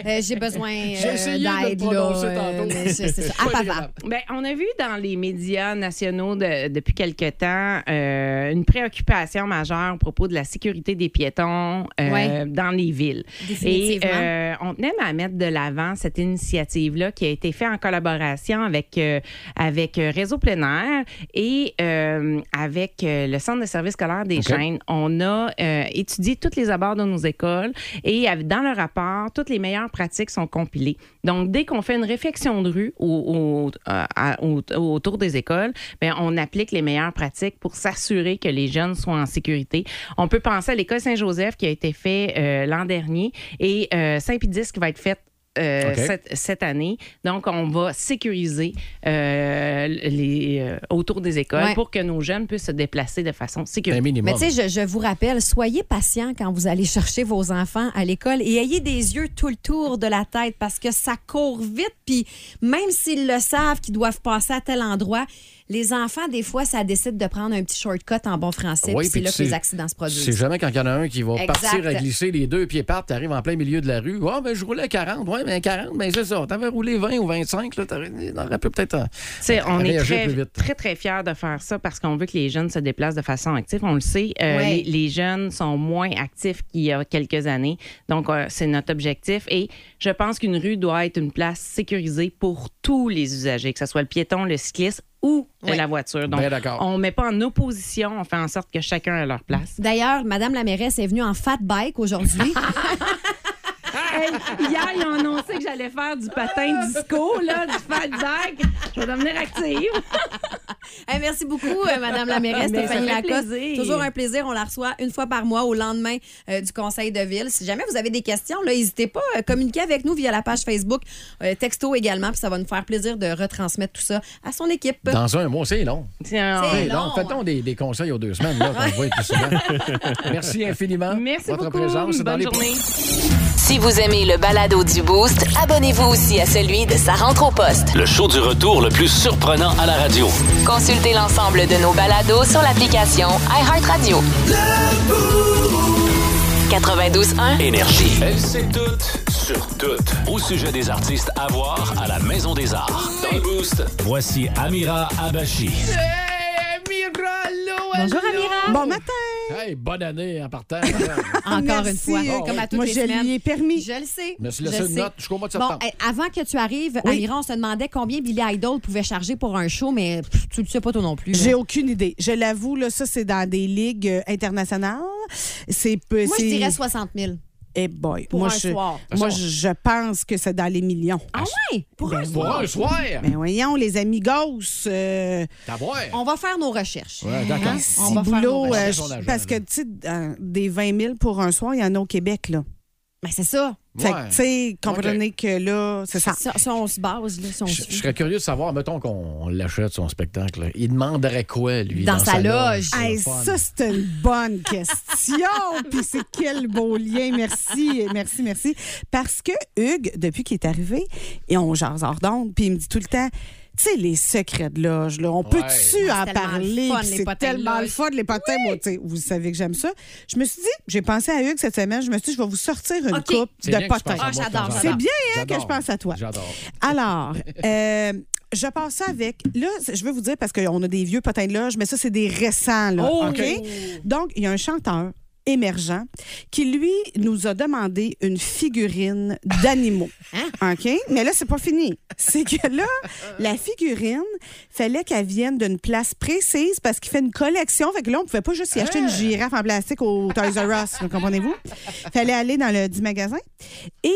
Speaker 4: Euh, J'ai besoin euh,
Speaker 3: essayé de le
Speaker 4: d'aide. là.
Speaker 3: prononcer tantôt.
Speaker 4: mais c'est- c'est ça. Apava.
Speaker 9: Ben, on a vu dans les médias nationaux de- depuis quelque temps euh, une préoccupation majeure au propos de la sécurité des piétons euh,
Speaker 4: Ouais.
Speaker 9: dans les villes. Et
Speaker 4: Définitivement.
Speaker 9: euh, on tenait à mettre de l'avant cette initiative-là qui a été faite en collaboration avec, euh, avec euh, Réseau plein air et euh, avec euh, le Centre de services scolaires des
Speaker 3: OK.
Speaker 9: chaînes. On a euh, étudié tous les abords de nos écoles et av- dans le rapport, toutes les meilleures pratiques sont compilées. Donc, dès qu'on fait une réflexion de rue au- au- à- à- au- autour des écoles, ben, on applique les meilleures pratiques pour s'assurer que les jeunes soient en sécurité. On peut penser à l'école Saint-Joseph qui a été fait euh, l'an dernier et euh, Saint-Pédis qui va être faite euh,
Speaker 3: OK.
Speaker 9: cette, cette année. Donc, on va sécuriser euh, les, euh, autour des écoles
Speaker 4: Ouais.
Speaker 9: pour que nos jeunes puissent se déplacer de façon sécuritaire.
Speaker 3: Un minimum.
Speaker 4: Mais tu sais, je, je vous rappelle, soyez patient quand vous allez chercher vos enfants à l'école et ayez des yeux tout le tour de la tête parce que ça court vite. Puis même s'ils le savent qu'ils doivent passer à tel endroit, les enfants, des fois, ça décide de prendre un petit shortcut en bon français.
Speaker 3: Oui,
Speaker 4: Ah puis c'est
Speaker 3: puis
Speaker 4: là
Speaker 3: tu
Speaker 4: que les
Speaker 3: sais-
Speaker 4: accidents se
Speaker 3: C'est
Speaker 4: produisent.
Speaker 3: jamais quand il y en a un qui va
Speaker 4: Exact.
Speaker 3: partir à glisser les deux pieds partent, t'arrives en plein milieu de la rue. Ah, ben je roulais à 40. Ouais, mais 40, ben c'est ça. T'avais roulé 20 ou 25, là, t'aurais t'aurais pu peut-être. euh,
Speaker 9: Tu sais, on est
Speaker 3: Réagir
Speaker 9: très,
Speaker 3: plus vite.
Speaker 9: très, très fiers de faire ça parce qu'on veut que les jeunes se déplacent de façon active. On le sait, euh,
Speaker 4: Ouais.
Speaker 9: les, les jeunes sont moins actifs qu'il y a quelques années. Donc, euh, c'est notre objectif. Et je pense qu'une rue doit être une place sécurisée pour tous les usagers, que ce soit le piéton, le cycliste ou
Speaker 4: Ouais.
Speaker 9: la voiture. Donc,
Speaker 3: Ben d'accord.
Speaker 9: on ne met pas en opposition, on fait en sorte que chacun a leur place.
Speaker 4: D'ailleurs, Madame la mairesse est venue en fat
Speaker 3: [LAUGHS]
Speaker 4: bike aujourd'hui.
Speaker 9: [LAUGHS] Hey, hier, ils ont annoncé que j'allais faire du patin disco, là, du fat bike. Je vais devenir active.
Speaker 4: Hey, merci beaucoup, euh, Madame la mairesse,
Speaker 9: Mais ça
Speaker 4: Stéphanie
Speaker 9: fait
Speaker 4: Lacoste.
Speaker 9: plaisir.
Speaker 4: Toujours un plaisir. On la reçoit une fois par mois au lendemain euh, du conseil de ville. Si jamais vous avez des questions, là, n'hésitez pas à communiquer avec nous via la page Facebook, euh, texto également, puis ça va nous faire plaisir de retransmettre tout ça à son équipe.
Speaker 3: Dans un mois, c'est long.
Speaker 9: Tiens,
Speaker 4: C'est
Speaker 3: C'est long.
Speaker 4: long. hein.
Speaker 3: Faites-on des, des conseils aux deux semaines, là, qu'on voit plus souvent.
Speaker 4: [LAUGHS]
Speaker 3: Merci infiniment.
Speaker 9: Merci
Speaker 3: votre
Speaker 9: beaucoup.
Speaker 3: présence dans
Speaker 9: Bonne
Speaker 3: les
Speaker 9: journée.
Speaker 1: Si vous aimez le balado du Boost, abonnez-vous aussi à celui de sa rentre au poste.
Speaker 2: Le show du retour le plus surprenant à la radio.
Speaker 1: Consultez l'ensemble de nos balados sur l'application iHeartRadio. 92.1
Speaker 2: Énergie. Elle sait tout sur tout. Au sujet des artistes à voir à la Maison des Arts. Dans le Boost, voici Amira Abachi.
Speaker 4: Bonjour, Amira.
Speaker 10: Bon matin!
Speaker 3: Hey, bonne année en
Speaker 4: [LAUGHS]
Speaker 3: partant.
Speaker 4: Ah, Encore
Speaker 10: Merci,
Speaker 4: une fois,
Speaker 10: euh,
Speaker 4: comme à toutes
Speaker 10: Moi,
Speaker 4: les
Speaker 10: je
Speaker 4: semaines.
Speaker 10: lui ai permis.
Speaker 4: Je le sais.
Speaker 3: Merci
Speaker 4: je
Speaker 3: de laisser une
Speaker 4: sais.
Speaker 3: note jusqu'au mois de
Speaker 4: Bon,
Speaker 3: septembre.
Speaker 4: eh, avant que tu arrives,
Speaker 10: Oui.
Speaker 4: Amira, on se demandait combien Billy Idol pouvait charger pour un show, mais pff, tu le sais pas toi non plus. là.
Speaker 10: J'ai aucune idée. Je l'avoue, là, ça, c'est dans des ligues euh, internationales. C'est peu.
Speaker 4: Moi, je
Speaker 10: c'est-
Speaker 4: dirais 60 000
Speaker 10: Eh boy.
Speaker 4: pour
Speaker 10: moi,
Speaker 4: un
Speaker 10: je,
Speaker 4: soir.
Speaker 10: moi, je, je pense que c'est dans les millions.
Speaker 4: Ah ouais? Pour
Speaker 10: Ben.
Speaker 4: un
Speaker 3: Pour
Speaker 4: soir.
Speaker 3: un soir.
Speaker 10: Mais voyons, les amigos. euh,
Speaker 3: T'as voir.
Speaker 4: On va faire nos recherches. Hein?
Speaker 3: Ouais, d'accord.
Speaker 4: On
Speaker 10: si
Speaker 4: va faire nos
Speaker 10: boulot,
Speaker 4: recherches.
Speaker 10: euh,
Speaker 3: son
Speaker 10: je-
Speaker 3: agenda,
Speaker 10: parce que,
Speaker 3: là.
Speaker 10: tu sais, euh, des 20 000 pour un soir, il y en a au Québec, là.
Speaker 4: Mais Ben, c'est ça.
Speaker 10: Fait
Speaker 3: Ouais.
Speaker 10: que, tu sais, comprenez que là, c'est ça.
Speaker 4: Si, si on se base, là, si on
Speaker 3: Je,
Speaker 4: se-
Speaker 3: je serais curieux de savoir, mettons qu'on l'achète son spectacle. Il demanderait quoi, lui?
Speaker 4: Dans sa loge.
Speaker 3: sur le
Speaker 10: Hey,
Speaker 3: fun?
Speaker 10: ça, c'est une bonne question. Puis c'est quel beau lien. Merci, merci, merci. Parce que Hugues, depuis qu'il est arrivé, et on jase hors d'onde, puis il me dit tout le temps, tu sais, les secrets de loge, là, on peut-tu en
Speaker 4: tellement le
Speaker 10: parler?
Speaker 4: fun,
Speaker 10: Puis
Speaker 4: les
Speaker 10: C'est
Speaker 4: potins de
Speaker 10: tellement
Speaker 4: loge.
Speaker 10: le fun, les potins. Moi, tu sais, vous savez que j'aime ça. Je me suis dit, j'ai pensé à Hugues cette semaine, je me suis dit, je vais vous sortir une
Speaker 4: OK.
Speaker 10: coupe
Speaker 3: C'est bien
Speaker 10: de
Speaker 3: que tu penses à
Speaker 10: potins.
Speaker 3: moi,
Speaker 4: Ah, j'adore,
Speaker 3: François.
Speaker 10: C'est bien hein, que
Speaker 3: J'adore.
Speaker 10: je pense à toi. [LAUGHS]
Speaker 3: J'adore.
Speaker 10: Alors, euh, je passe ça avec. Là, je veux vous dire parce qu'on a des vieux potins de loge, mais ça, c'est des récents, là.
Speaker 4: Oh!
Speaker 10: OK? Donc, il y a un chanteur émergent qui, lui, nous a demandé une figurine
Speaker 4: [LAUGHS]
Speaker 10: d'animaux.
Speaker 4: Hein?
Speaker 10: OK? Mais là, c'est pas fini. C'est que là, la figurine, fallait qu'elle vienne d'une place précise parce qu'il fait une collection. Fait que là, on pouvait pas juste y acheter une girafe en plastique au Toys R Us, là, comprenez-vous? Fallait aller dans le du magasin. Et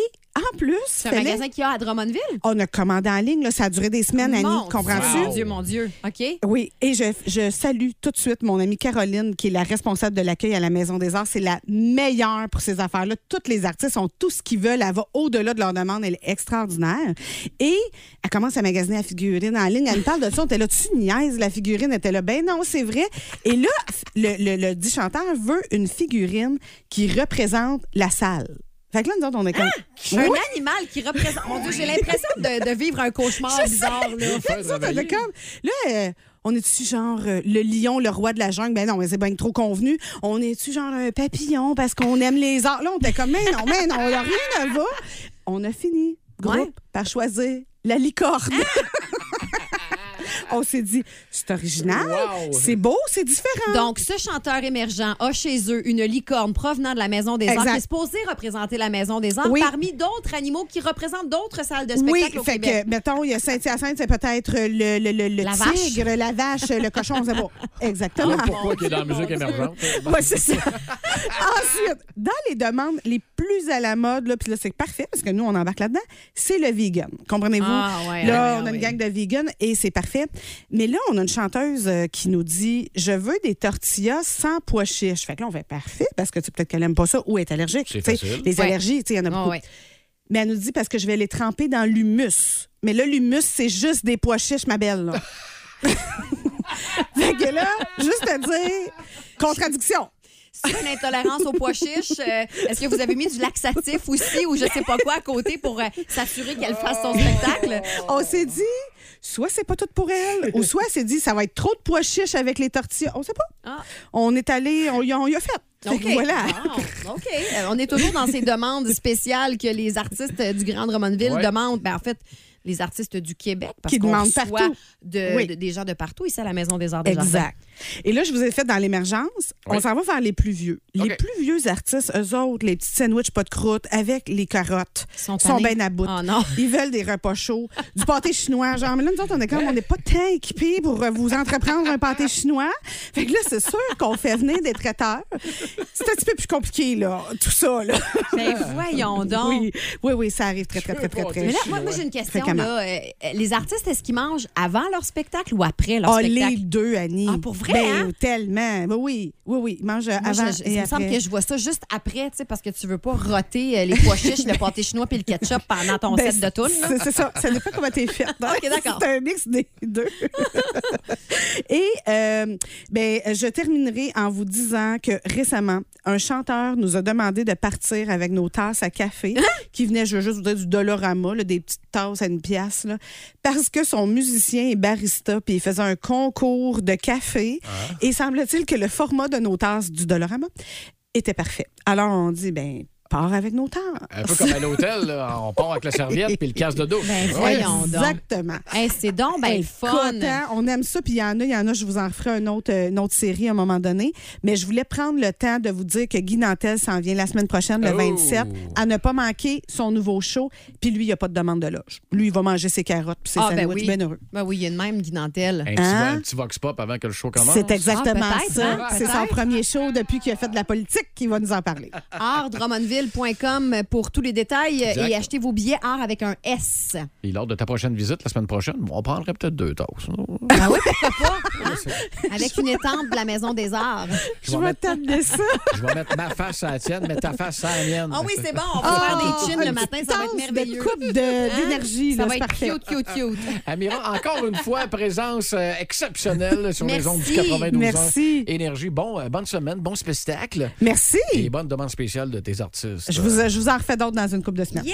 Speaker 10: en plus,
Speaker 4: C'est un
Speaker 10: Félix-
Speaker 4: magasin qu'il y a à Drummondville?
Speaker 10: on a commandé en ligne, là, ça a duré des semaines, Annie, comprends-tu?
Speaker 4: Mon Dieu, mon Dieu. OK.
Speaker 10: Oui, et je, je salue tout de suite mon amie Caroline, qui est la responsable de l'accueil à la Maison des Arts. C'est la meilleure pour ces affaires-là. Toutes les artistes ont tout ce qu'ils veulent. Elle va au-delà de leur demande. Elle est extraordinaire. Et elle commence à magasiner la figurine en ligne. Elle me parle de ça. On était là, tu niaises la figurine. Elle était là, ben non, c'est vrai. Et là, le, le, le dit chanteur veut une figurine qui représente la salle. Fait que là, nous autres, on est comme... Oui.
Speaker 4: Un animal qui représente. Mon Dieu, j'ai l'impression de, de vivre un cauchemar
Speaker 10: Je sais.
Speaker 4: bizarre, là.
Speaker 10: Fait que ça, t'as de comme- Là, euh, on est-tu genre euh, le lion, le roi de la jungle? Ben non, mais c'est bien trop convenu. On est-tu genre un papillon parce qu'on aime les arts? Là, on était comme, mais non, mais non, là, rien ne va. On a fini, groupe,
Speaker 4: Ouais.
Speaker 10: par choisir la licorne. on s'est dit, c'est original, c'est beau, c'est différent.
Speaker 4: Donc, ce chanteur émergent a chez eux une licorne provenant de la Maison des Arts
Speaker 10: Exact.
Speaker 4: qui est supposée représenter la Maison des Arts
Speaker 10: Oui.
Speaker 4: parmi d'autres animaux qui représentent d'autres salles de
Speaker 10: Oui,
Speaker 4: spectacle au
Speaker 10: fait
Speaker 4: Québec.
Speaker 10: que, mettons, il y a Saint-Hyacinthe, c'est peut-être le, le, le- le
Speaker 4: La
Speaker 10: tigre, la vache, le cochon, c'est bon.
Speaker 3: [LAUGHS]
Speaker 10: Exactement.
Speaker 3: Alors pourquoi qu'il est dans la musique
Speaker 10: [LAUGHS]
Speaker 3: émergente?
Speaker 10: Oui, c'est ça. Ensuite, dans les demandes les plus à la mode, là, puis là, c'est parfait parce que nous, on embarque là-dedans, c'est le vegan. Comprenez-vous?
Speaker 4: Ah, ouais,
Speaker 10: là,
Speaker 4: ouais,
Speaker 10: on a
Speaker 4: ouais.
Speaker 10: une gang de vegan et c'est parfait. Mais là, on a une chanteuse euh, qui nous dit Je veux des tortillas sans pois chiches. Fait que là, on fait parfait parce que tu sais, peut-être qu'elle aime pas ça ou est allergique.
Speaker 3: C'est
Speaker 10: Tu sais,
Speaker 3: facile.
Speaker 10: Les
Speaker 4: Ouais.
Speaker 10: allergies, tu sais, il y en a
Speaker 4: Ah,
Speaker 10: beaucoup.
Speaker 4: ouais.
Speaker 10: Mais elle nous dit parce que je vais les tremper dans l'humus. Mais là, l'humus, c'est juste des pois chiches, ma belle. là. fait que là, juste à dire, contradiction.
Speaker 4: C'est une intolérance aux pois chiches. euh, Est-ce que vous avez mis du laxatif aussi ou je sais pas quoi à côté pour euh, s'assurer qu'elle fasse son spectacle?
Speaker 10: On s'est dit, soit c'est pas tout pour elle, ou soit elle s'est dit, ça va être trop de pois chiches avec les tortillas. On sait pas.
Speaker 4: Ah.
Speaker 10: On est allé, on y a, on y a fait. Fait que
Speaker 4: OK.
Speaker 10: Voilà.
Speaker 4: Bon, OK. Euh, On est toujours dans ces demandes spéciales que les artistes euh, du Grand Drummondville
Speaker 3: Ouais.
Speaker 4: demandent. Ben, en fait, les artistes du Québec, parce
Speaker 10: Qui
Speaker 4: qu'on
Speaker 10: demandent
Speaker 4: reçoit
Speaker 10: partout.
Speaker 4: De,
Speaker 10: Oui.
Speaker 4: de- des gens de partout ici à la Maison des Arts des Jardins.
Speaker 10: Exact. Et là, je vous ai fait dans l'émergence, on s'en va vers les plus vieux. Les
Speaker 3: OK.
Speaker 10: plus vieux artistes, eux autres, les petits sandwichs pas de croûte avec les carottes,
Speaker 4: Ils sont
Speaker 10: sont bien
Speaker 4: tannés.
Speaker 10: ben à bout.
Speaker 4: Oh non.
Speaker 10: [LAUGHS] Ils veulent des repas chauds, du pâté chinois. Genre, mais là, nous autres, on est comme, on n'est pas tant équipés pour euh, vous entreprendre un pâté chinois. Fait que là, c'est sûr qu'on fait venir des traiteurs. C'est un petit peu plus compliqué, là, tout ça, là.
Speaker 4: Ben, voyons donc.
Speaker 10: Oui, oui, oui, ça arrive très, très, très, très, très.
Speaker 4: Mais là, moi, moi, j'ai une question.
Speaker 10: Fréquemment.
Speaker 4: Là, Euh, euh, les artistes, est-ce qu'ils mangent avant leur spectacle ou après leur
Speaker 10: Ah, les
Speaker 4: spectacle?
Speaker 10: deux, Annie.
Speaker 4: Ah, pour vrai,
Speaker 10: Ben,
Speaker 4: hein?
Speaker 10: tellement. Ben oui, oui, oui. Ils mangent
Speaker 4: Moi, je-
Speaker 10: avant
Speaker 4: je-
Speaker 10: et
Speaker 4: il me semble
Speaker 10: après.
Speaker 4: que je vois ça juste après, tu sais, parce que tu veux pas roter euh, les pois chiches, le pâté chinois puis le ketchup pendant ton
Speaker 10: Ben,
Speaker 4: set de tourne.
Speaker 10: c'est- C'est ça. Ça dépend comment t'es faite. hein.
Speaker 4: [LAUGHS] Ok, d'accord.
Speaker 10: C'est un mix des deux. [LAUGHS] Et euh, ben, je terminerai en vous disant que récemment, un chanteur nous a demandé de partir avec nos tasses à café qui venaient, je veux juste vous dire, du Dolorama, là, des petites tasses à une pièce, là, parce que son musicien est barista puis il faisait un concours de café et semble-t-il que le format de nos tasses du Dolorama était parfait. Alors on dit, ben, pars avec nos tasses.
Speaker 3: Un peu comme à l'hôtel, là, on part avec la serviette puis le casse de douche.
Speaker 4: Ben,
Speaker 3: Ouais.
Speaker 4: voyons donc.
Speaker 10: Exactement.
Speaker 4: Hey, c'est donc ben, le fun.
Speaker 10: Content, on aime ça, puis il y en a, il y en a, je vous en ferai une autre, euh, une autre série à un moment donné. Mais je voulais prendre le temps de vous dire que Guy Nantel s'en vient la semaine prochaine, le
Speaker 3: Oh!
Speaker 10: 27, à ne pas manquer son nouveau show. Puis lui, il n'y a pas de demande de loge. Lui, il va manger ses carottes puis ses
Speaker 4: Ah, ben
Speaker 10: sandwichs,
Speaker 4: oui.
Speaker 10: bien heureux.
Speaker 4: Ben oui, il y a une même guinantelle.
Speaker 3: Un petit,
Speaker 10: Hein?
Speaker 3: un petit vox pop avant que le show commence.
Speaker 10: C'est exactement
Speaker 4: Ah, peut-être,
Speaker 10: ça.
Speaker 4: hein,
Speaker 10: C'est son
Speaker 4: peut-être.
Speaker 10: premier show depuis qu'il a fait de la politique qu'il va nous en parler.
Speaker 4: Artdrummondville.com pour tous les détails
Speaker 3: Exact.
Speaker 4: et achetez vos billets art avec un S.
Speaker 3: Et lors de ta prochaine visite, la semaine prochaine, on prendrait peut-être deux tasses.
Speaker 10: [LAUGHS]
Speaker 4: Ah oui, pourquoi pas? hein? Avec une étampe de la Maison des Arts.
Speaker 3: Je
Speaker 10: Je
Speaker 3: vais,
Speaker 10: vais
Speaker 3: mettre,
Speaker 10: t'amener ça.
Speaker 3: je vais mettre ma face à la tienne, mais ta face à la mienne.
Speaker 4: Ah oui, c'est bon, on va faire des chins le matin, ça va être merveilleux.
Speaker 10: Coupe d'énergie,
Speaker 4: ça
Speaker 10: là,
Speaker 4: va
Speaker 10: c'est
Speaker 4: être
Speaker 10: parfait.
Speaker 4: cute, cute, cute.
Speaker 3: Amira, encore une fois, présence euh, exceptionnelle sur les
Speaker 4: Merci.
Speaker 3: ondes du 92
Speaker 10: Merci.
Speaker 3: heures. Énergie. Bon, euh, bonne semaine, bon spectacle
Speaker 10: Merci.
Speaker 3: et bonne demande spéciale de tes artistes.
Speaker 10: Je vous, je vous en refais d'autres dans une couple de semaines.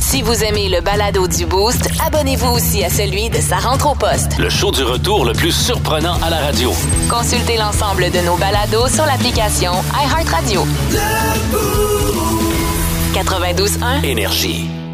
Speaker 1: Si vous aimez le balado du Boost, abonnez-vous aussi à celui de Sa rentre au poste.
Speaker 2: Le show du retour le plus surprenant à la radio.
Speaker 1: Consultez l'ensemble de nos balados sur l'application iHeartRadio. 92.1
Speaker 2: Énergie.